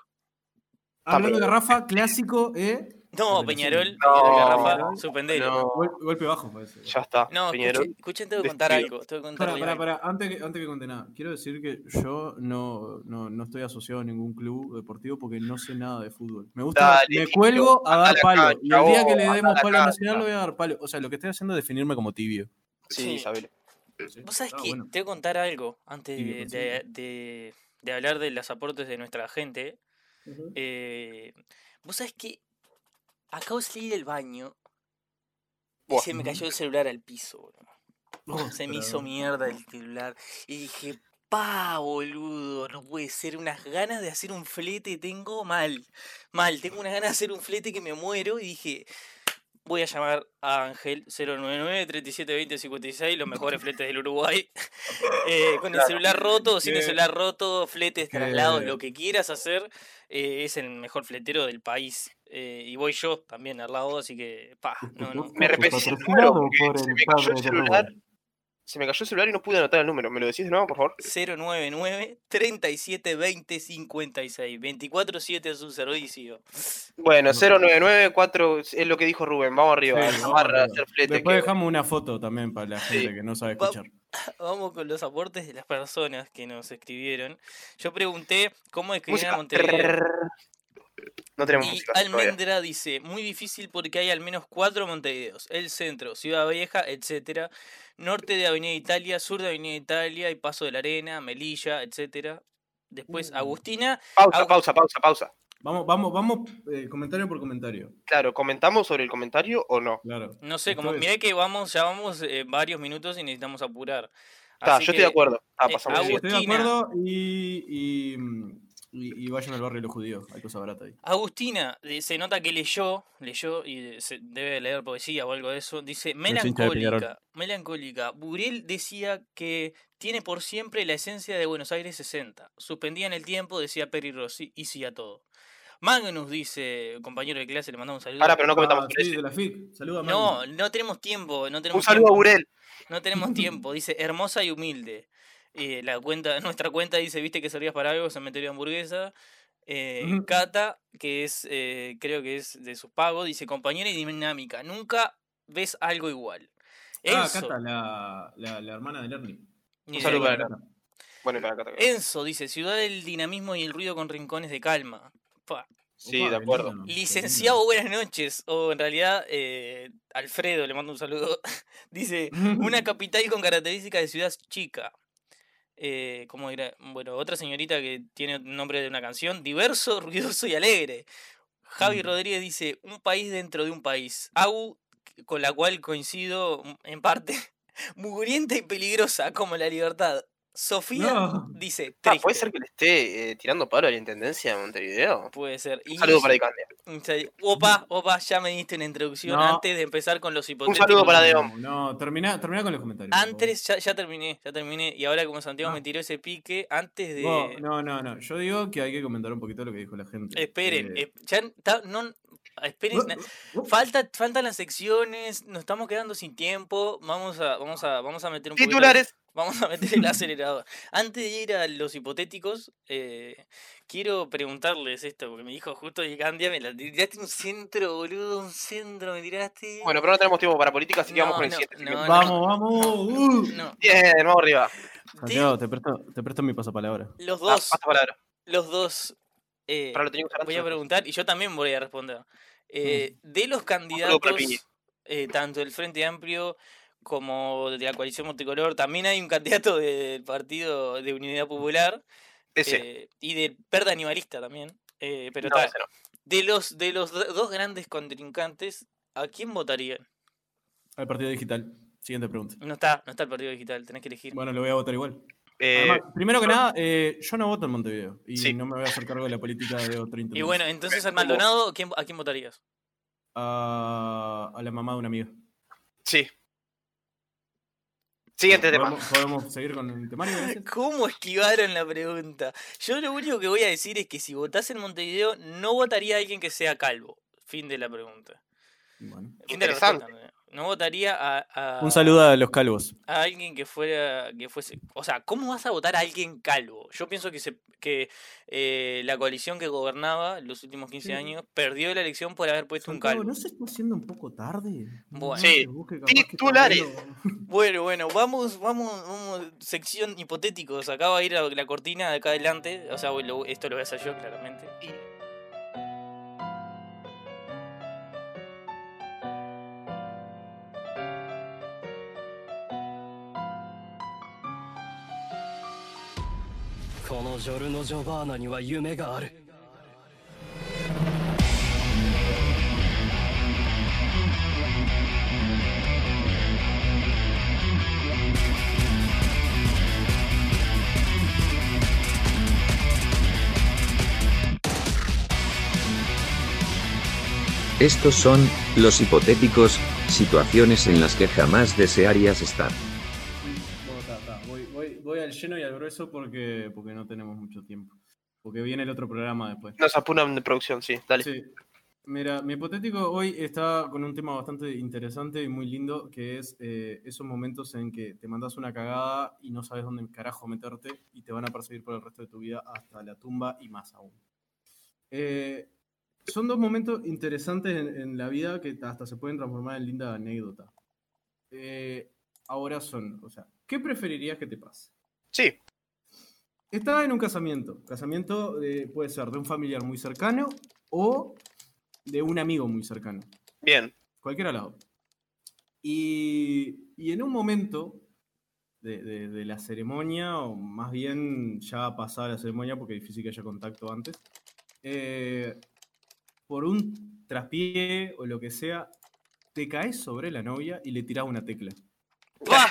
Hablando de Garrafa, clásico, ¿eh? No, Revelación. Peñarol, No, Peñarol garrafa, no, suspendelo. No, No, Gol- golpe bajo, parece. ya está. Peñarol. escuchen, escuchen, tengo que contar despido. algo. Tengo que contar Para, algo. para, para, antes que, antes que conté nada, quiero decir que yo no, no, no estoy asociado a ningún club deportivo porque no sé nada de fútbol. Me gusta, Dale, me Lito, cuelgo a anda a dar la palo. y el cancha, día que vos, le anda a demos la palo a Nacional cancha. lo voy a dar palo. O sea, lo que estoy haciendo es definirme como tibio. Sí. Sí, Isabel. Vos sabés Ah, que bueno. te voy a contar algo antes Sí, me de, parece de- de- de hablar de los aportes de nuestra gente. Eh, Vos sabés que acabo de salir del baño y Buah. se me Ujú. cayó el celular al piso, boludo. (laughs) Oh, Se me pero- hizo mierda el celular y dije, pa, boludo, no puede ser. Unas ganas de hacer un flete tengo mal, mal. Tengo unas ganas de hacer un flete que me muero y dije... Voy a llamar a Ángel 099-3720-56, los mejores fletes del Uruguay. (laughs) Eh, con el Claro. celular roto, sin el Que- celular roto, fletes, que- traslados, lo que quieras hacer, eh, es el mejor fletero del país. Eh, y voy yo también al lado, así que, pa, no, no. (laughs) Me repetís el número porque se me cayó el celular. Se me cayó el celular y no pude anotar el número. ¿Me lo decís de nuevo, por favor? 099 37 20 56 24 7 a su servicio. (laughs) Bueno, No. 0994 es lo que dijo Rubén. Vamos arriba. Sí, a vamos llamar, a arriba. hacer flete. Después que- dejamos una foto también para la gente que no sabe Va- escuchar. Vamos con los aportes de las personas que nos escribieron. Yo pregunté cómo escribir a Música. Montevideo. No tenemos Y música. todavía. Almendra dice, muy difícil porque hay al menos cuatro Montevideos. El centro, Ciudad Vieja, etcétera. Norte de Avenida Italia, sur de Avenida Italia y Paso de la Arena, Melilla, etcétera. Después Uh. Mm. Agustina, Pausa, Au- pausa, pausa, pausa. Vamos, vamos, vamos, eh, comentario por comentario. Claro, ¿comentamos sobre el comentario o no? Claro. No sé, Esto como es- mirá que vamos, ya vamos eh, varios minutos y necesitamos apurar. Está, Así yo que, estoy de acuerdo. Ah, eh, pasamos Agus- bien. Estoy de Agustina. acuerdo y, y, mm, y- y vayan al barrio de los judíos. Hay cosa barata ahí. Agustina, de- se nota que leyó, leyó y de- se- debe leer poesía o algo de eso. Dice, hincha de Peñarol. melancólica, melancólica. Burel decía que tiene por siempre la esencia de Buenos Aires 60. Suspendía en el tiempo, decía Peri Rossi, y sí a todo. Magnus dice, compañero de clase, le mandamos un saludo. Ahora, pero no comentamos Ah, sobre sí, ese. de la FIC. Saluda a Manu. no, no tenemos tiempo, no tenemos Un saludo a tiempo. Burel. No tenemos (laughs) tiempo, dice hermosa y humilde. Eh, la cuenta, (laughs) nuestra cuenta dice, viste que servías para algo, cementerio de hamburguesa. Eh, Ujú. Cata, que es, eh, creo que es de sus pagos, dice compañera y dinámica, nunca ves algo igual. Ah, Enzo, Cata, la, la, la hermana de Lerny. ni Un idea. saludo para Cata. Bueno, para acá, acá. Enzo dice, ciudad del dinamismo y el ruido con rincones de calma. Pa. Sí, de acuerdo. Licenciado, buenas noches. O en realidad, eh, Alfredo, le mando un saludo. (laughs) dice, (laughs) (laughs) Una capital con características de ciudad chica. Eh, ¿cómo dirá? Bueno, otra señorita que tiene nombre de una canción. Diverso, (laughs) ruidoso y alegre. Javi Mm. Rodríguez dice, un país dentro de un país. Agu, con la cual coincido mm, en parte. (laughs) Mugrienta y peligrosa como la libertad. Sofía No. dice, Ah, triste. ¿Puede ser que le esté eh, tirando palo a la intendencia de Montevideo? Puede ser. Un saludo Y- para Icandia. y- Opa, opa, ya me diste una introducción No. antes de empezar con los hipotéticos. saludo para Deón. No, no, termina, termina con los comentarios. por favor. Antes, ya, ya terminé, ya terminé. Y ahora como Santiago Ah. me tiró ese pique, antes de... Vos, no, no, no. Yo digo que hay que comentar un poquito lo que dijo la gente. Esperen, Eh, eh, ya n- ta- no, esperen, na- uh, uh, falta, faltan las secciones, nos estamos quedando sin tiempo, vamos a, vamos a, vamos a meter un poquito- Titulares. (laughs) vamos a meter el acelerador. Antes de ir a los hipotéticos, eh, quiero preguntarles esto, porque me dijo justo Gigandia, me la tiraste un centro, boludo, un centro me tiraste. Bueno, pero no tenemos tiempo para política, así que No, vamos con el no, siguiente. no, segmento. vamos, vamos. uh. No, Bien, vamos arriba. Santiago, te presto, te presto mi pasapalabra. de- los Ah, dos, pasa palabra. los dos, eh, Para lo tenía que usar voy a antes. preguntar y yo también voy a responder. Eh, Mm. de los saludo para candidatos, Piñi. eh, tanto del Frente Amplio como de la coalición multicolor, también hay un candidato del Partido de Unidad Popular Ese. eh, y del Perda Animalista también. eh, pero No, ta, ese no. de los de los do- dos grandes contrincantes, ¿a quién votarían? Al partido digital. Siguiente pregunta. No está, no está el Partido Digital, tenés que elegir. Bueno, lo voy a votar igual. Eh, Además, primero que nada, eh, yo no voto en Montevideo. Y Sí. no me voy a hacer cargo de la política de otro y intendente. bueno, eh- entonces al como- Maldonado, ¿quién- ¿a quién votarías? a, a la mamá de un amigo. sí. Siguiente tema. ¿Podemos, podemos seguir con el temario? gracias? ¿Cómo esquivaron la pregunta? Yo lo único que voy a decir es que si votás en Montevideo, no votaría a alguien que sea calvo. Fin de la pregunta. Bueno. Fin de la Interesante. respuesta, ¿no? No votaría a, a- Un saludo a los calvos. a alguien que fuera. que fuese. O sea, ¿cómo vas a votar a alguien calvo? Yo pienso que se, que eh, la coalición que gobernaba los últimos 15 Sí. años perdió la elección por haber puesto un Santiago, calvo. ¿no se está haciendo un poco tarde? Bueno. Sí. No, vos que capaz que estás Titulares. (laughs) viendo- Bueno, bueno, vamos, vamos, vamos, sección hipotéticos. Acá va a ir la, la cortina de acá adelante. O sea, lo- esto lo voy a hacer yo, claramente. このジョルノ・ジョバーナには夢がある Estos son, los hipotéticos, situaciones en las que jamás desearías estar. Bueno, ta, ta, Voy, voy- voy al lleno y al grueso porque, porque no tenemos mucho tiempo. Porque viene el otro programa después. Nos apunan de producción, sí. Dale. Sí. Mira, mi hipotético hoy está con un tema bastante interesante y muy lindo, que es eh, esos momentos en que te mandas una cagada y no sabes dónde carajo meterte y te van a perseguir por el resto de tu vida hasta la tumba y más aún. Eh, son dos momentos interesantes en, en la vida que hasta se pueden transformar en linda anécdota. Eh, ahora son, o sea, ¿qué preferirías que te pase? Sí. Estaba en un casamiento. Casamiento eh, puede ser de un familiar muy cercano o de un amigo muy cercano. Bien. Cualquiera lado. Y, y en un momento de, de- de la ceremonia, o más bien ya pasada la ceremonia, porque es difícil que haya contacto antes, eh, por un traspié o lo que sea, te caes sobre la novia y le tirás una tecla. ¡Pah!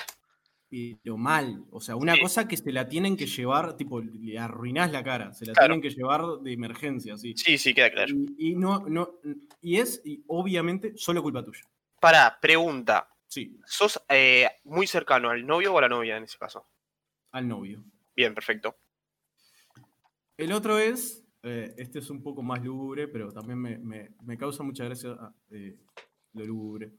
Pero mal. O sea, una Sí. cosa que se la tienen que llevar, tipo, le arruinás la cara. Se la Claro. tienen que llevar de emergencia, así. Sí, sí, queda claro. Y, y no, no, y es, y obviamente, solo culpa tuya. Para, pregunta. Sí, ¿Sos eh, muy cercano al novio o a la novia en ese caso? al novio. Bien, perfecto. El otro es, eh, este es un poco más lúgubre, pero también me, me- me causa mucha gracia ah, eh, lo lúgubre.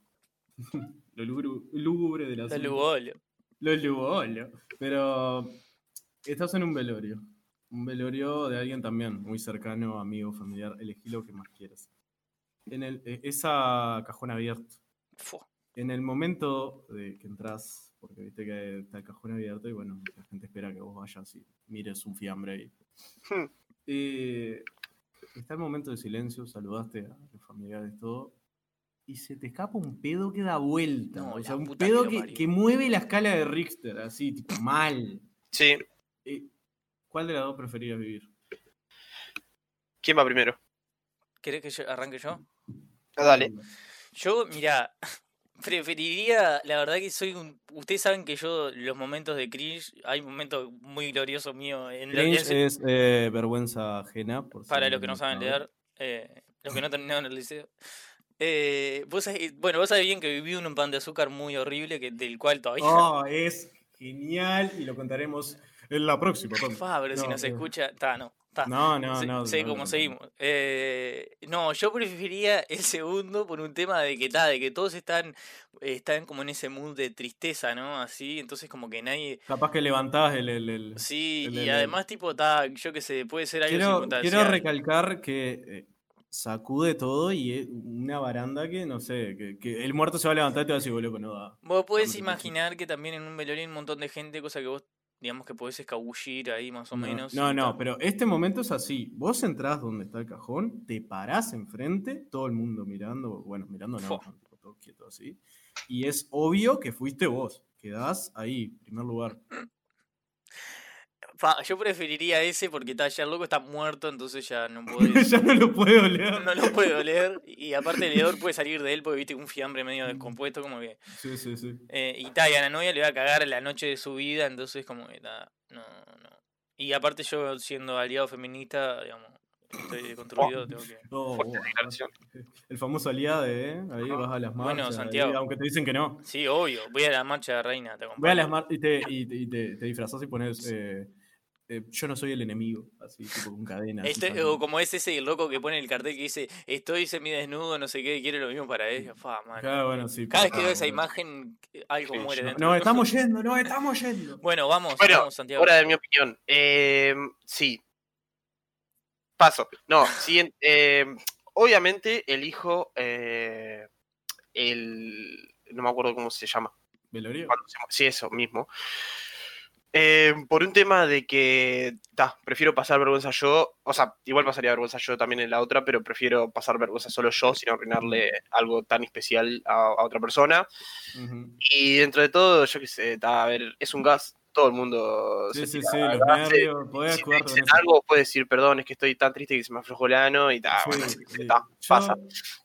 (laughs) lo lúgubre, lúgubre de la Dale, boludo. Lo lúgubre. Pero estás en un velorio. Un velorio de alguien también, muy cercano, amigo, familiar. Elegí lo que más quieras. En el, eh, esa cajón abierto. Fu. En el momento de que entras, porque viste que está el cajón abierto y bueno, la gente espera que vos vayas y mires un fiambre ahí. Hmm. Eh, está el momento de silencio, saludaste a los familiares, todo, y se te escapa un pedo que da vuelta. No, o la sea, un puta que pedo lo que, parió. que mueve la escala de Richter, así, tipo, mal. Sí. Eh, ¿Cuál de las dos preferirías vivir? ¿Quién va primero? ¿Querés que yo arranque yo? Ah, dale. Yo, mira, (laughs) preferiría, la verdad que soy un... Ustedes saben que yo, los momentos de cringe, hay momentos muy gloriosos míos en la- Cringe en- es eh, vergüenza ajena. por si Para los que no saben sabe. leer, eh, los que no terminaron el liceo. Eh, vos sabés- bueno, vos sabés bien que viví un pan de azúcar muy horrible, que, del cual todavía... (laughs) Oh, es genial y lo contaremos en la próxima. Tom. Fa, pero si No, no se eh, escucha, está, no, está. No, no, sé, no. sé no, cómo no. seguimos. Eh, no, yo preferiría el segundo por un tema de que ta, de que todos están, están como en ese mood de tristeza, ¿no? Así, entonces como que nadie. Capaz que levantás el. el- el- Sí, El- el- y el- además tipo ta, yo que sé, puede ser algo Quiero, quiero circunstancial. recalcar que eh, sacude todo y es una baranda que no sé, que, que el muerto se va a levantar y te va a decir, boludo, no da. Vos podés te escucho. imaginar que también en un velorio hay un montón de gente, cosa que vos, digamos que podés escabullir ahí más o No, menos. No, y no, ta. pero este momento es así. Vos entrás donde está el cajón, te parás enfrente, todo el mundo mirando, bueno, mirando no, Fo. todo quieto así. Y es obvio que fuiste vos. Quedás ahí, primer lugar. Fa, yo preferiría ese porque ta, ya el loco está muerto, entonces ya (laughs) no podés. ya no lo puedo leer. No lo puedo leer. Y aparte el hedor puede salir de él porque viste un fiambre medio descompuesto, como que. Sí, sí, sí. Eh, y ta, y a la novia le va a cagar la noche de su vida, entonces como que ta, no, no. Y aparte yo siendo aliado feminista, digamos, estoy deconstruido, Oh. tengo que. No, Fuerte vos, declaración. el famoso aliado de, ¿eh? ahí vas a las Bueno, marchas, ahí, Santiago. aunque te dicen que no. Sí, obvio, voy a la marcha de reina, te Ve a las acompaño. marchas y te, y, y te, te disfrazás y pones eh, eh, yo no soy el enemigo, así tipo con cadena. así, Este- para- o como es ese el loco que pone el cartel que dice estoy semidesnudo, no sé qué, quiero lo mismo para ella. Fa, man. Claro, Ah, bueno, sí, Cada vez por que veo esa favor. imagen, eh, algo Sí, muere No, dentro. nos estamos yendo, no estamos yendo. Bueno, vamos, Bueno, vamos, Santiago. Ahora de mi opinión. Eh, sí. Paso. No, siguiente. eh, obviamente elijo eh, el. No me acuerdo cómo se llama. Velorio. cuando se mu- Sí, eso mismo. Eh, por un tema de que, ta, prefiero pasar vergüenza yo, o sea, igual pasaría vergüenza yo también en la otra, pero prefiero pasar vergüenza solo yo sin arruinarle algo tan especial a, a otra persona. Ujú. Y dentro de todo, yo qué sé, ta, a ver, es un gas, todo el mundo Sí, se sí, tira, sí, los ¿verdad? Sí, nervios, podés si te jugar con dicen eso. algo, puedes decir, perdón, es que estoy tan triste que se me aflojó el ano y ah, ta, Sí, bueno, sí, sí. ta, Yo- pasa.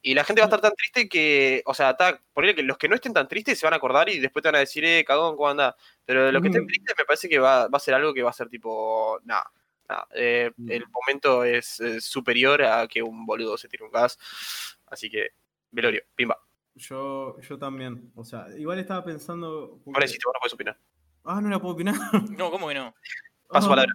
Y la gente va a estar tan triste que, o sea, ta, ponele que los que no estén tan tristes se van a acordar y después te van a decir, eh, cagón, ¿cómo anda? Pero los que estén Mm. tristes me parece que va, va a ser algo que va a ser tipo, nada, nada. eh, Mm. el momento es eh, superior a que un boludo se tire un gas. Así que, velorio, pimba. Yo, yo también. O sea, igual estaba pensando. Ahora sí, vos no puedes opinar. Ah, no la puedo opinar. No, ¿cómo que no? Paso Ah. palabra.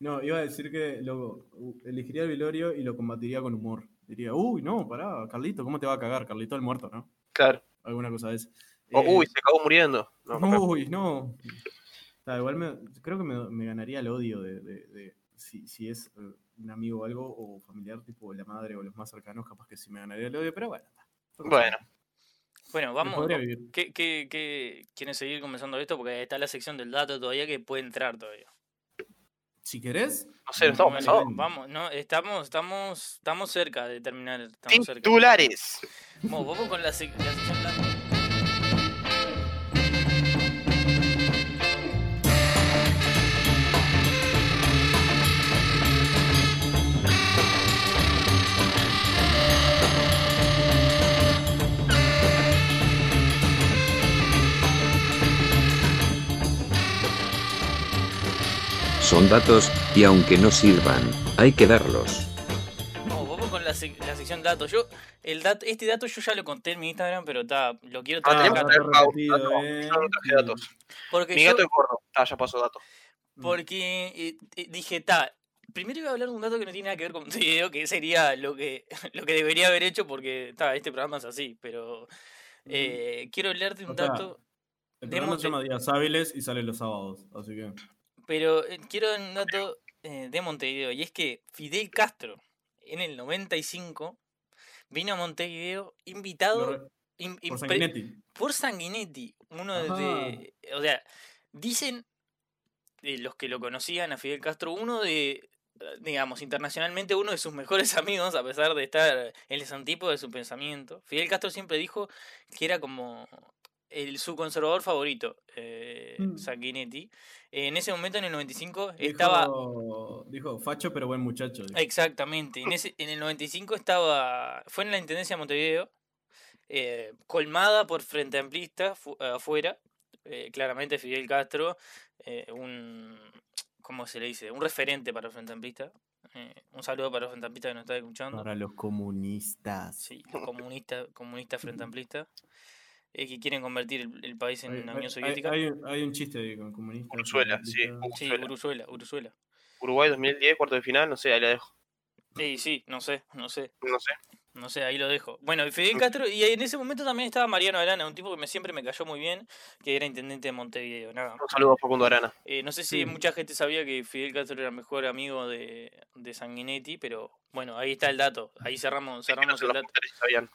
No, iba a decir que lo, u- elegiría el velorio y lo combatiría con humor. Diría, uy, no, pará, Carlito, ¿cómo te va a cagar? Carlito el muerto, ¿no? Claro. Alguna cosa de esa. O, Eh, Oh, uy, se acabó muriendo. No, no, no. uy, no. Está, igual me- creo que me, me ganaría el odio de, de- de- si, si es eh, un amigo o algo, o familiar, tipo la madre o los más cercanos, capaz que sí me ganaría el odio, pero bueno. está. Me Bueno, Bueno, vamos. podría vivir. ¿Qué, qué, qué- quieren seguir comenzando esto? Porque está la sección del dato todavía que puede entrar todavía. Si querés. no sé, no estamos Bueno, pasados. Vamos, no, estamos, estamos, estamos cerca de terminar. Estamos cerca. Titulares. Vamos, vamos con la, sec- la sección dato. Son datos, y aunque no sirvan, hay que darlos. No, vamos con la, sec- la sección datos. Yo, el dat- este dato yo ya lo conté en mi Instagram, pero ta, lo quiero Ah, traer tenemos acá. que traer Pau. repetido, Ah, no, eh. yo no traje datos. Porque Mi Eh, yo, gato es gordo. Ah, ya pasó dato. Mm. porque eh, eh, dije, ta, primero iba a hablar de un dato que no tiene nada que ver con este video, que sería lo que, (laughs) lo que debería haber hecho, porque ta, este programa es así, pero eh, quiero hablar de un O sea, dato. El programa demos se llama Días Hábiles y sale los sábados, así que. Pero eh, quiero dar un dato eh, de Montevideo, y es que Fidel Castro, en el 95, vino a Montevideo lo invitado re- im- Por impre- Sanguinetti. por Sanguinetti. Uno Ajá. de. O sea, dicen eh, los que lo conocían a Fidel Castro, uno de. eh, Digamos, internacionalmente uno de sus mejores (laughs) amigos, a pesar de estar en los antípodos de su pensamiento. Fidel Castro siempre dijo que era como el, su conservador favorito, eh, Mm. Sanguinetti. En ese momento, en el 95, estaba Dijo, dijo, facho pero buen muchacho. dijo. Exactamente. En, ese, en el 95 estaba. Fue en la Intendencia de Montevideo. eh, colmada por Frente Amplista fu- afuera. eh, claramente Fidel Castro, eh, un. ¿Cómo se le dice? Un referente para el Frente Amplista. eh, un saludo para los Frente Amplistas que nos están escuchando. Para los comunistas. Sí, los comunistas, comunistas Frente Amplistas. eh, que quieren convertir el, el país en Hay, una hay- Unión Soviética. hay- hay un, hay un chiste ahí con comunistas. Venezuela, sí. comunistas. sí, Venezuela. Uruzuela, Uruzuela. Uruguay 2010, cuarto de final, no sé, ahí la dejo. Sí, sí, no sé, no sé. No sé. No sé, ahí lo dejo. Bueno, y Fidel Castro, y en ese momento también estaba Mariano Arana, un tipo que me, siempre me cayó muy bien, que era intendente de Montevideo. Nada. Un saludo a Facundo Arana. Eh, no sé si Sí. mucha gente sabía que Fidel Castro era mejor amigo de, de Sanguinetti, pero bueno, ahí está el dato. Ahí cerramos, Es que no cerramos se el los dato. contaré si sabían.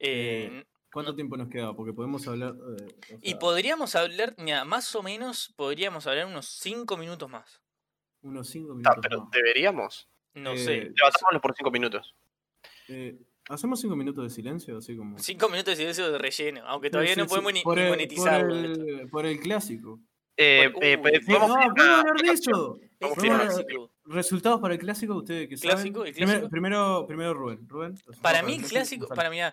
Eh, Eh, ¿Cuánto tiempo nos queda? Porque podemos hablar. eh, o y sea, podríamos hablar, mira, más o menos podríamos hablar unos 5 minutos más. unos 5 Ah, minutos. pero más. deberíamos. No Eh, sé. Debatámoslo por 5 minutos. Eh, ¿Hacemos 5 minutos de silencio? Así como. 5 minutos de silencio de relleno, aunque todavía Sí, no sí, podemos sí, ni, por ni el- monetizarlo. Por esto. el, por el clásico. Eh, Bueno, eh, uy, eh, sí, vamos uh, no, a podemos hablar de eso. Es Vamos a hablar- clásico. Resultados para el clásico, ustedes que saben. Clásico, el clásico. Primero, primero, primero Rubén. Rubén, resultados Para mí, el clásico. Gonzalo. Para mí, ah,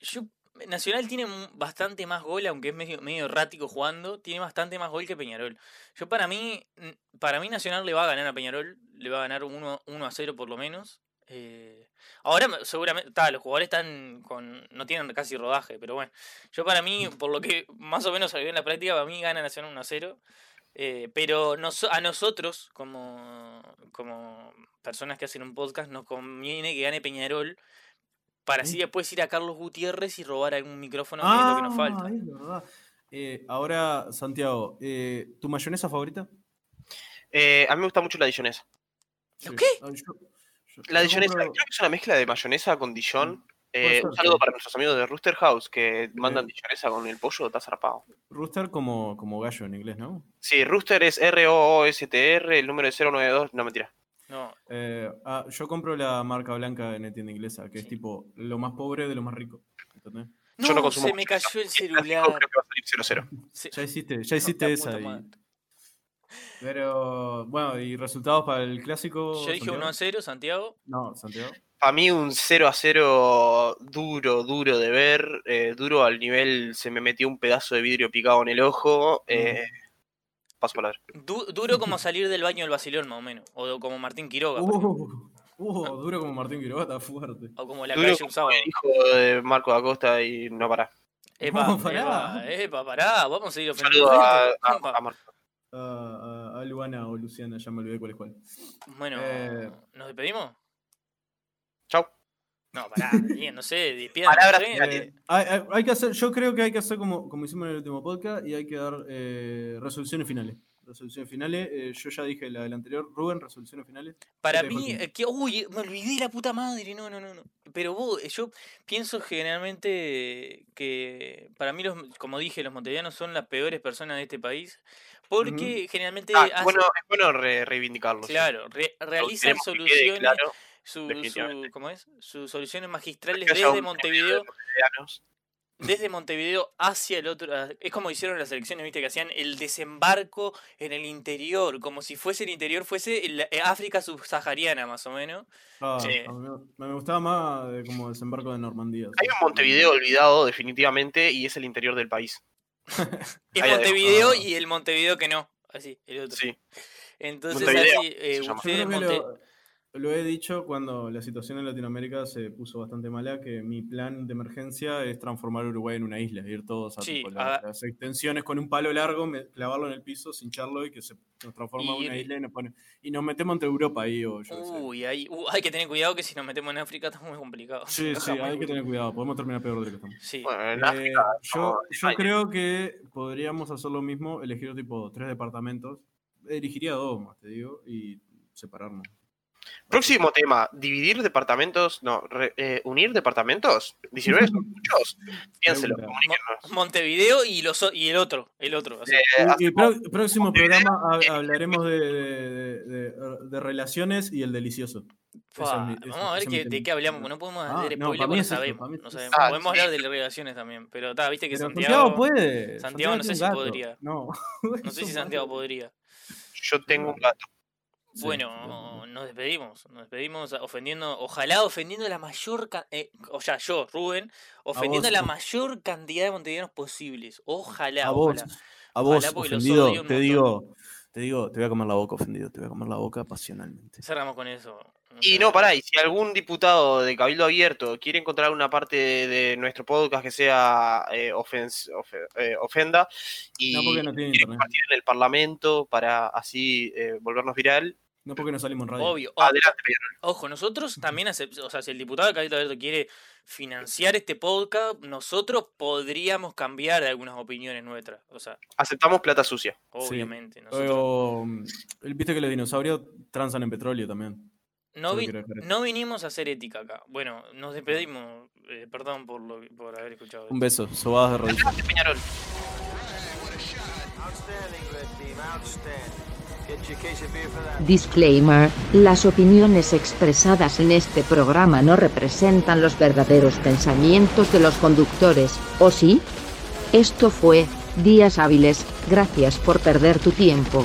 yo, Nacional tiene mu- bastante más gol, aunque es medio, medio errático jugando. Tiene bastante más gol que Peñarol. Yo, para mí, n- para mí, Nacional le va a ganar a Peñarol. Le va a ganar 1, a 0 por lo menos. Eh, ahora, me- seguramente, ta, los jugadores están con. No tienen casi rodaje, pero bueno. Yo, para mí, Mm. por lo que más o menos salió en la práctica, para mí gana Nacional 1 a 0. Eh, pero noso- a nosotros, como, como personas que hacen un podcast, nos conviene que gane Peñarol para así Mm. después ir a Carlos Gutiérrez y robar algún micrófono, que es lo que nos Ah, falta. es verdad. Eh, ahora, Santiago, eh, ¿tu mayonesa favorita? Eh, a mí me gusta mucho la dillonesa. ¿Lo Sí. qué? Ah, yo- yo- La yo dillonesa, compro- creo que es una mezcla de mayonesa con dillón. Mm, Puede Eh, ser, un saludo sí. para nuestros amigos de Rooster House que mandan dillonesa con el pollo, está zarpado. Rooster como, como gallo en inglés, ¿no? Sí, Rooster es R-O-O-S-T-R, el número es 092, no mentira. No, Eh, ah, yo compro la marca blanca de Netienda Inglesa, que es Sí. tipo lo más pobre de lo más rico. ¿entendés? Yo no no, consumo se me mucho eso. cayó el Y el clásico celular. Creo que va a salir 00. Se- Ya hiciste, ya no, la hiciste esa. puta y- madre. pero bueno, ¿y resultados para el clásico? Yo dije Santiago? 1 a 0, Santiago. No, Santiago. Para mí un 0 a 0 duro, duro de ver, eh, duro al nivel se me metió un pedazo de vidrio picado en el ojo. eh, Mm. Paso palabra. Du- duro como salir del baño del Basilón, más o menos. O do- como Martín Quiroga. por ejemplo. Uh, uh, duro como Martín Quiroga, está fuerte. O como la Duro calle un sábado. El hijo de Marco da Costa y no para. Epa, No, pará. epa, epa, pará. Vamos a seguir Un saludo ofendiendo. a, gente. a- Epa. a Marco. Ah, a, a Luana o Luciana, ya me olvidé cuál es cuál. Bueno, Eh, ¿nos despedimos? Chau. No, pará, (laughs) bien, no sé, despídanse. Palabras ustedes. finales. Dale. Eh, hay, hay- hay que hacer, yo creo que hay que hacer como, como hicimos en el último podcast y hay que dar eh, resoluciones finales. Resoluciones finales, eh, yo ya dije la del anterior, Rubén, resoluciones finales. Para te dejo el mí, punto. eh, que, uy, me olvidé la puta madre, no, no, no, no. Pero vos, eh, yo pienso generalmente que para mí, los, como dije, los montevideanos son las peores personas de este país porque generalmente Ah, hacen- bueno, es bueno re- reivindicarlo. sí. claro, re- Lo que realizan queremos que quede soluciones, claro su- definitivamente. su- ¿cómo es? Sus soluciones magistrales que haya desde un Montevideo Montevideanos. desde Montevideo hacia el otro. a- Es como hicieron las elecciones, viste, que hacían el desembarco en el interior, como si fuese el interior, fuese el- eh, África subsahariana, más o menos. Ah, Sí. a mí me, me gustaba más eh, como desembarco de Normandía. Hay un Montevideo olvidado definitivamente y es el interior del país. Es Ahí la dejo. Montevideo Ah. y el Montevideo que no. Así, el otro. Sí. Entonces, Montevideo, así, eh, se llama. Yo ustedes creo que Monte- lo, lo he dicho cuando la situación en Latinoamérica se puso bastante mala, que mi plan de emergencia es transformar Uruguay en una isla, ir todos a Sí, tipo, la- a- las extensiones con un palo largo, me- clavarlo en el piso, cincharlo y que se nos transforma en Y una ir- isla y nos, pone- y nos metemos entre Europa ahí o yo qué sé. Uy, ahí- uh, hay que tener cuidado que si nos metemos en África está muy complicado. Sí, sí, hay que tener cuidado, podemos terminar peor de lo que estamos. Sí. Bueno, en Eh, África, yo, como yo España. creo que podríamos hacer lo mismo, elegir tipo tres departamentos. Elegiría dos más, te digo, y separarnos. Próximo tema, dividir departamentos, no, re- eh, unir departamentos. 19 son muchos. Piénselo, Pregunta. comuníquenos. Montevideo y los o- y el otro, el otro. así. Eh, Y- y hacemos- pro- próximo programa ha- hablaremos de, de- de- de- de relaciones y el delicioso. Fa, Eso es mi- eso- vamos a ver ese qué- es mi de tema. qué hablamos, porque no podemos Ah, hacer no, spoiler para mí porque no es eso, para sabemos. mí es no eso. sabemos. Ah, podemos sí. hablar de relaciones también, pero está, viste que Pero Santiago, Santiago puede. Santiago no es un sé si gato. podría. No. No (laughs) sé si Santiago podría. Yo tengo un gato. Sí, Bueno, nos despedimos, nos despedimos ofendiendo, ojalá ofendiendo a la mayor, ca- eh, o sea, yo, Rubén, ofendiendo a, vos, la ¿no? mayor cantidad de montevideanos posibles, a ojalá, vos, ojalá. a vos Ojalá, porque los ofendido, odio un te montón. digo, te digo, te voy a comer la boca ofendido, te voy a comer la boca apasionalmente. Cerramos con eso. Y no, pará, y si algún diputado de Cabildo Abierto quiere encontrar una parte de, de nuestro podcast que sea eh, ofens- ofe- eh, ofenda y No porque no tiene quiere internet, compartir en el Parlamento para así eh, volvernos viral, no porque no salimos en radio. Obvio. o- adelante, Pedro. Ojo, nosotros también acep- o sea, si el diputado de Cabildo Abierto quiere financiar este podcast, nosotros podríamos cambiar algunas opiniones nuestras. O sea, aceptamos plata sucia. obviamente. Nosotros Pero, mm, viste que los dinosaurios transan en petróleo también. no, Solo vi- quiero dejar eso. no vinimos a hacer ética acá. Bueno, nos despedimos. eh, perdón por, lo, que- por haber escuchado. esto. Un beso, sobadas de rodillas. Adelante, Peñarol. Outstanding, red team. Outstanding. Get your case of beer for that. Disclaimer, las opiniones expresadas en este programa no representan los verdaderos pensamientos de los conductores, ¿o sí? Esto fue, días hábiles, gracias por perder tu tiempo.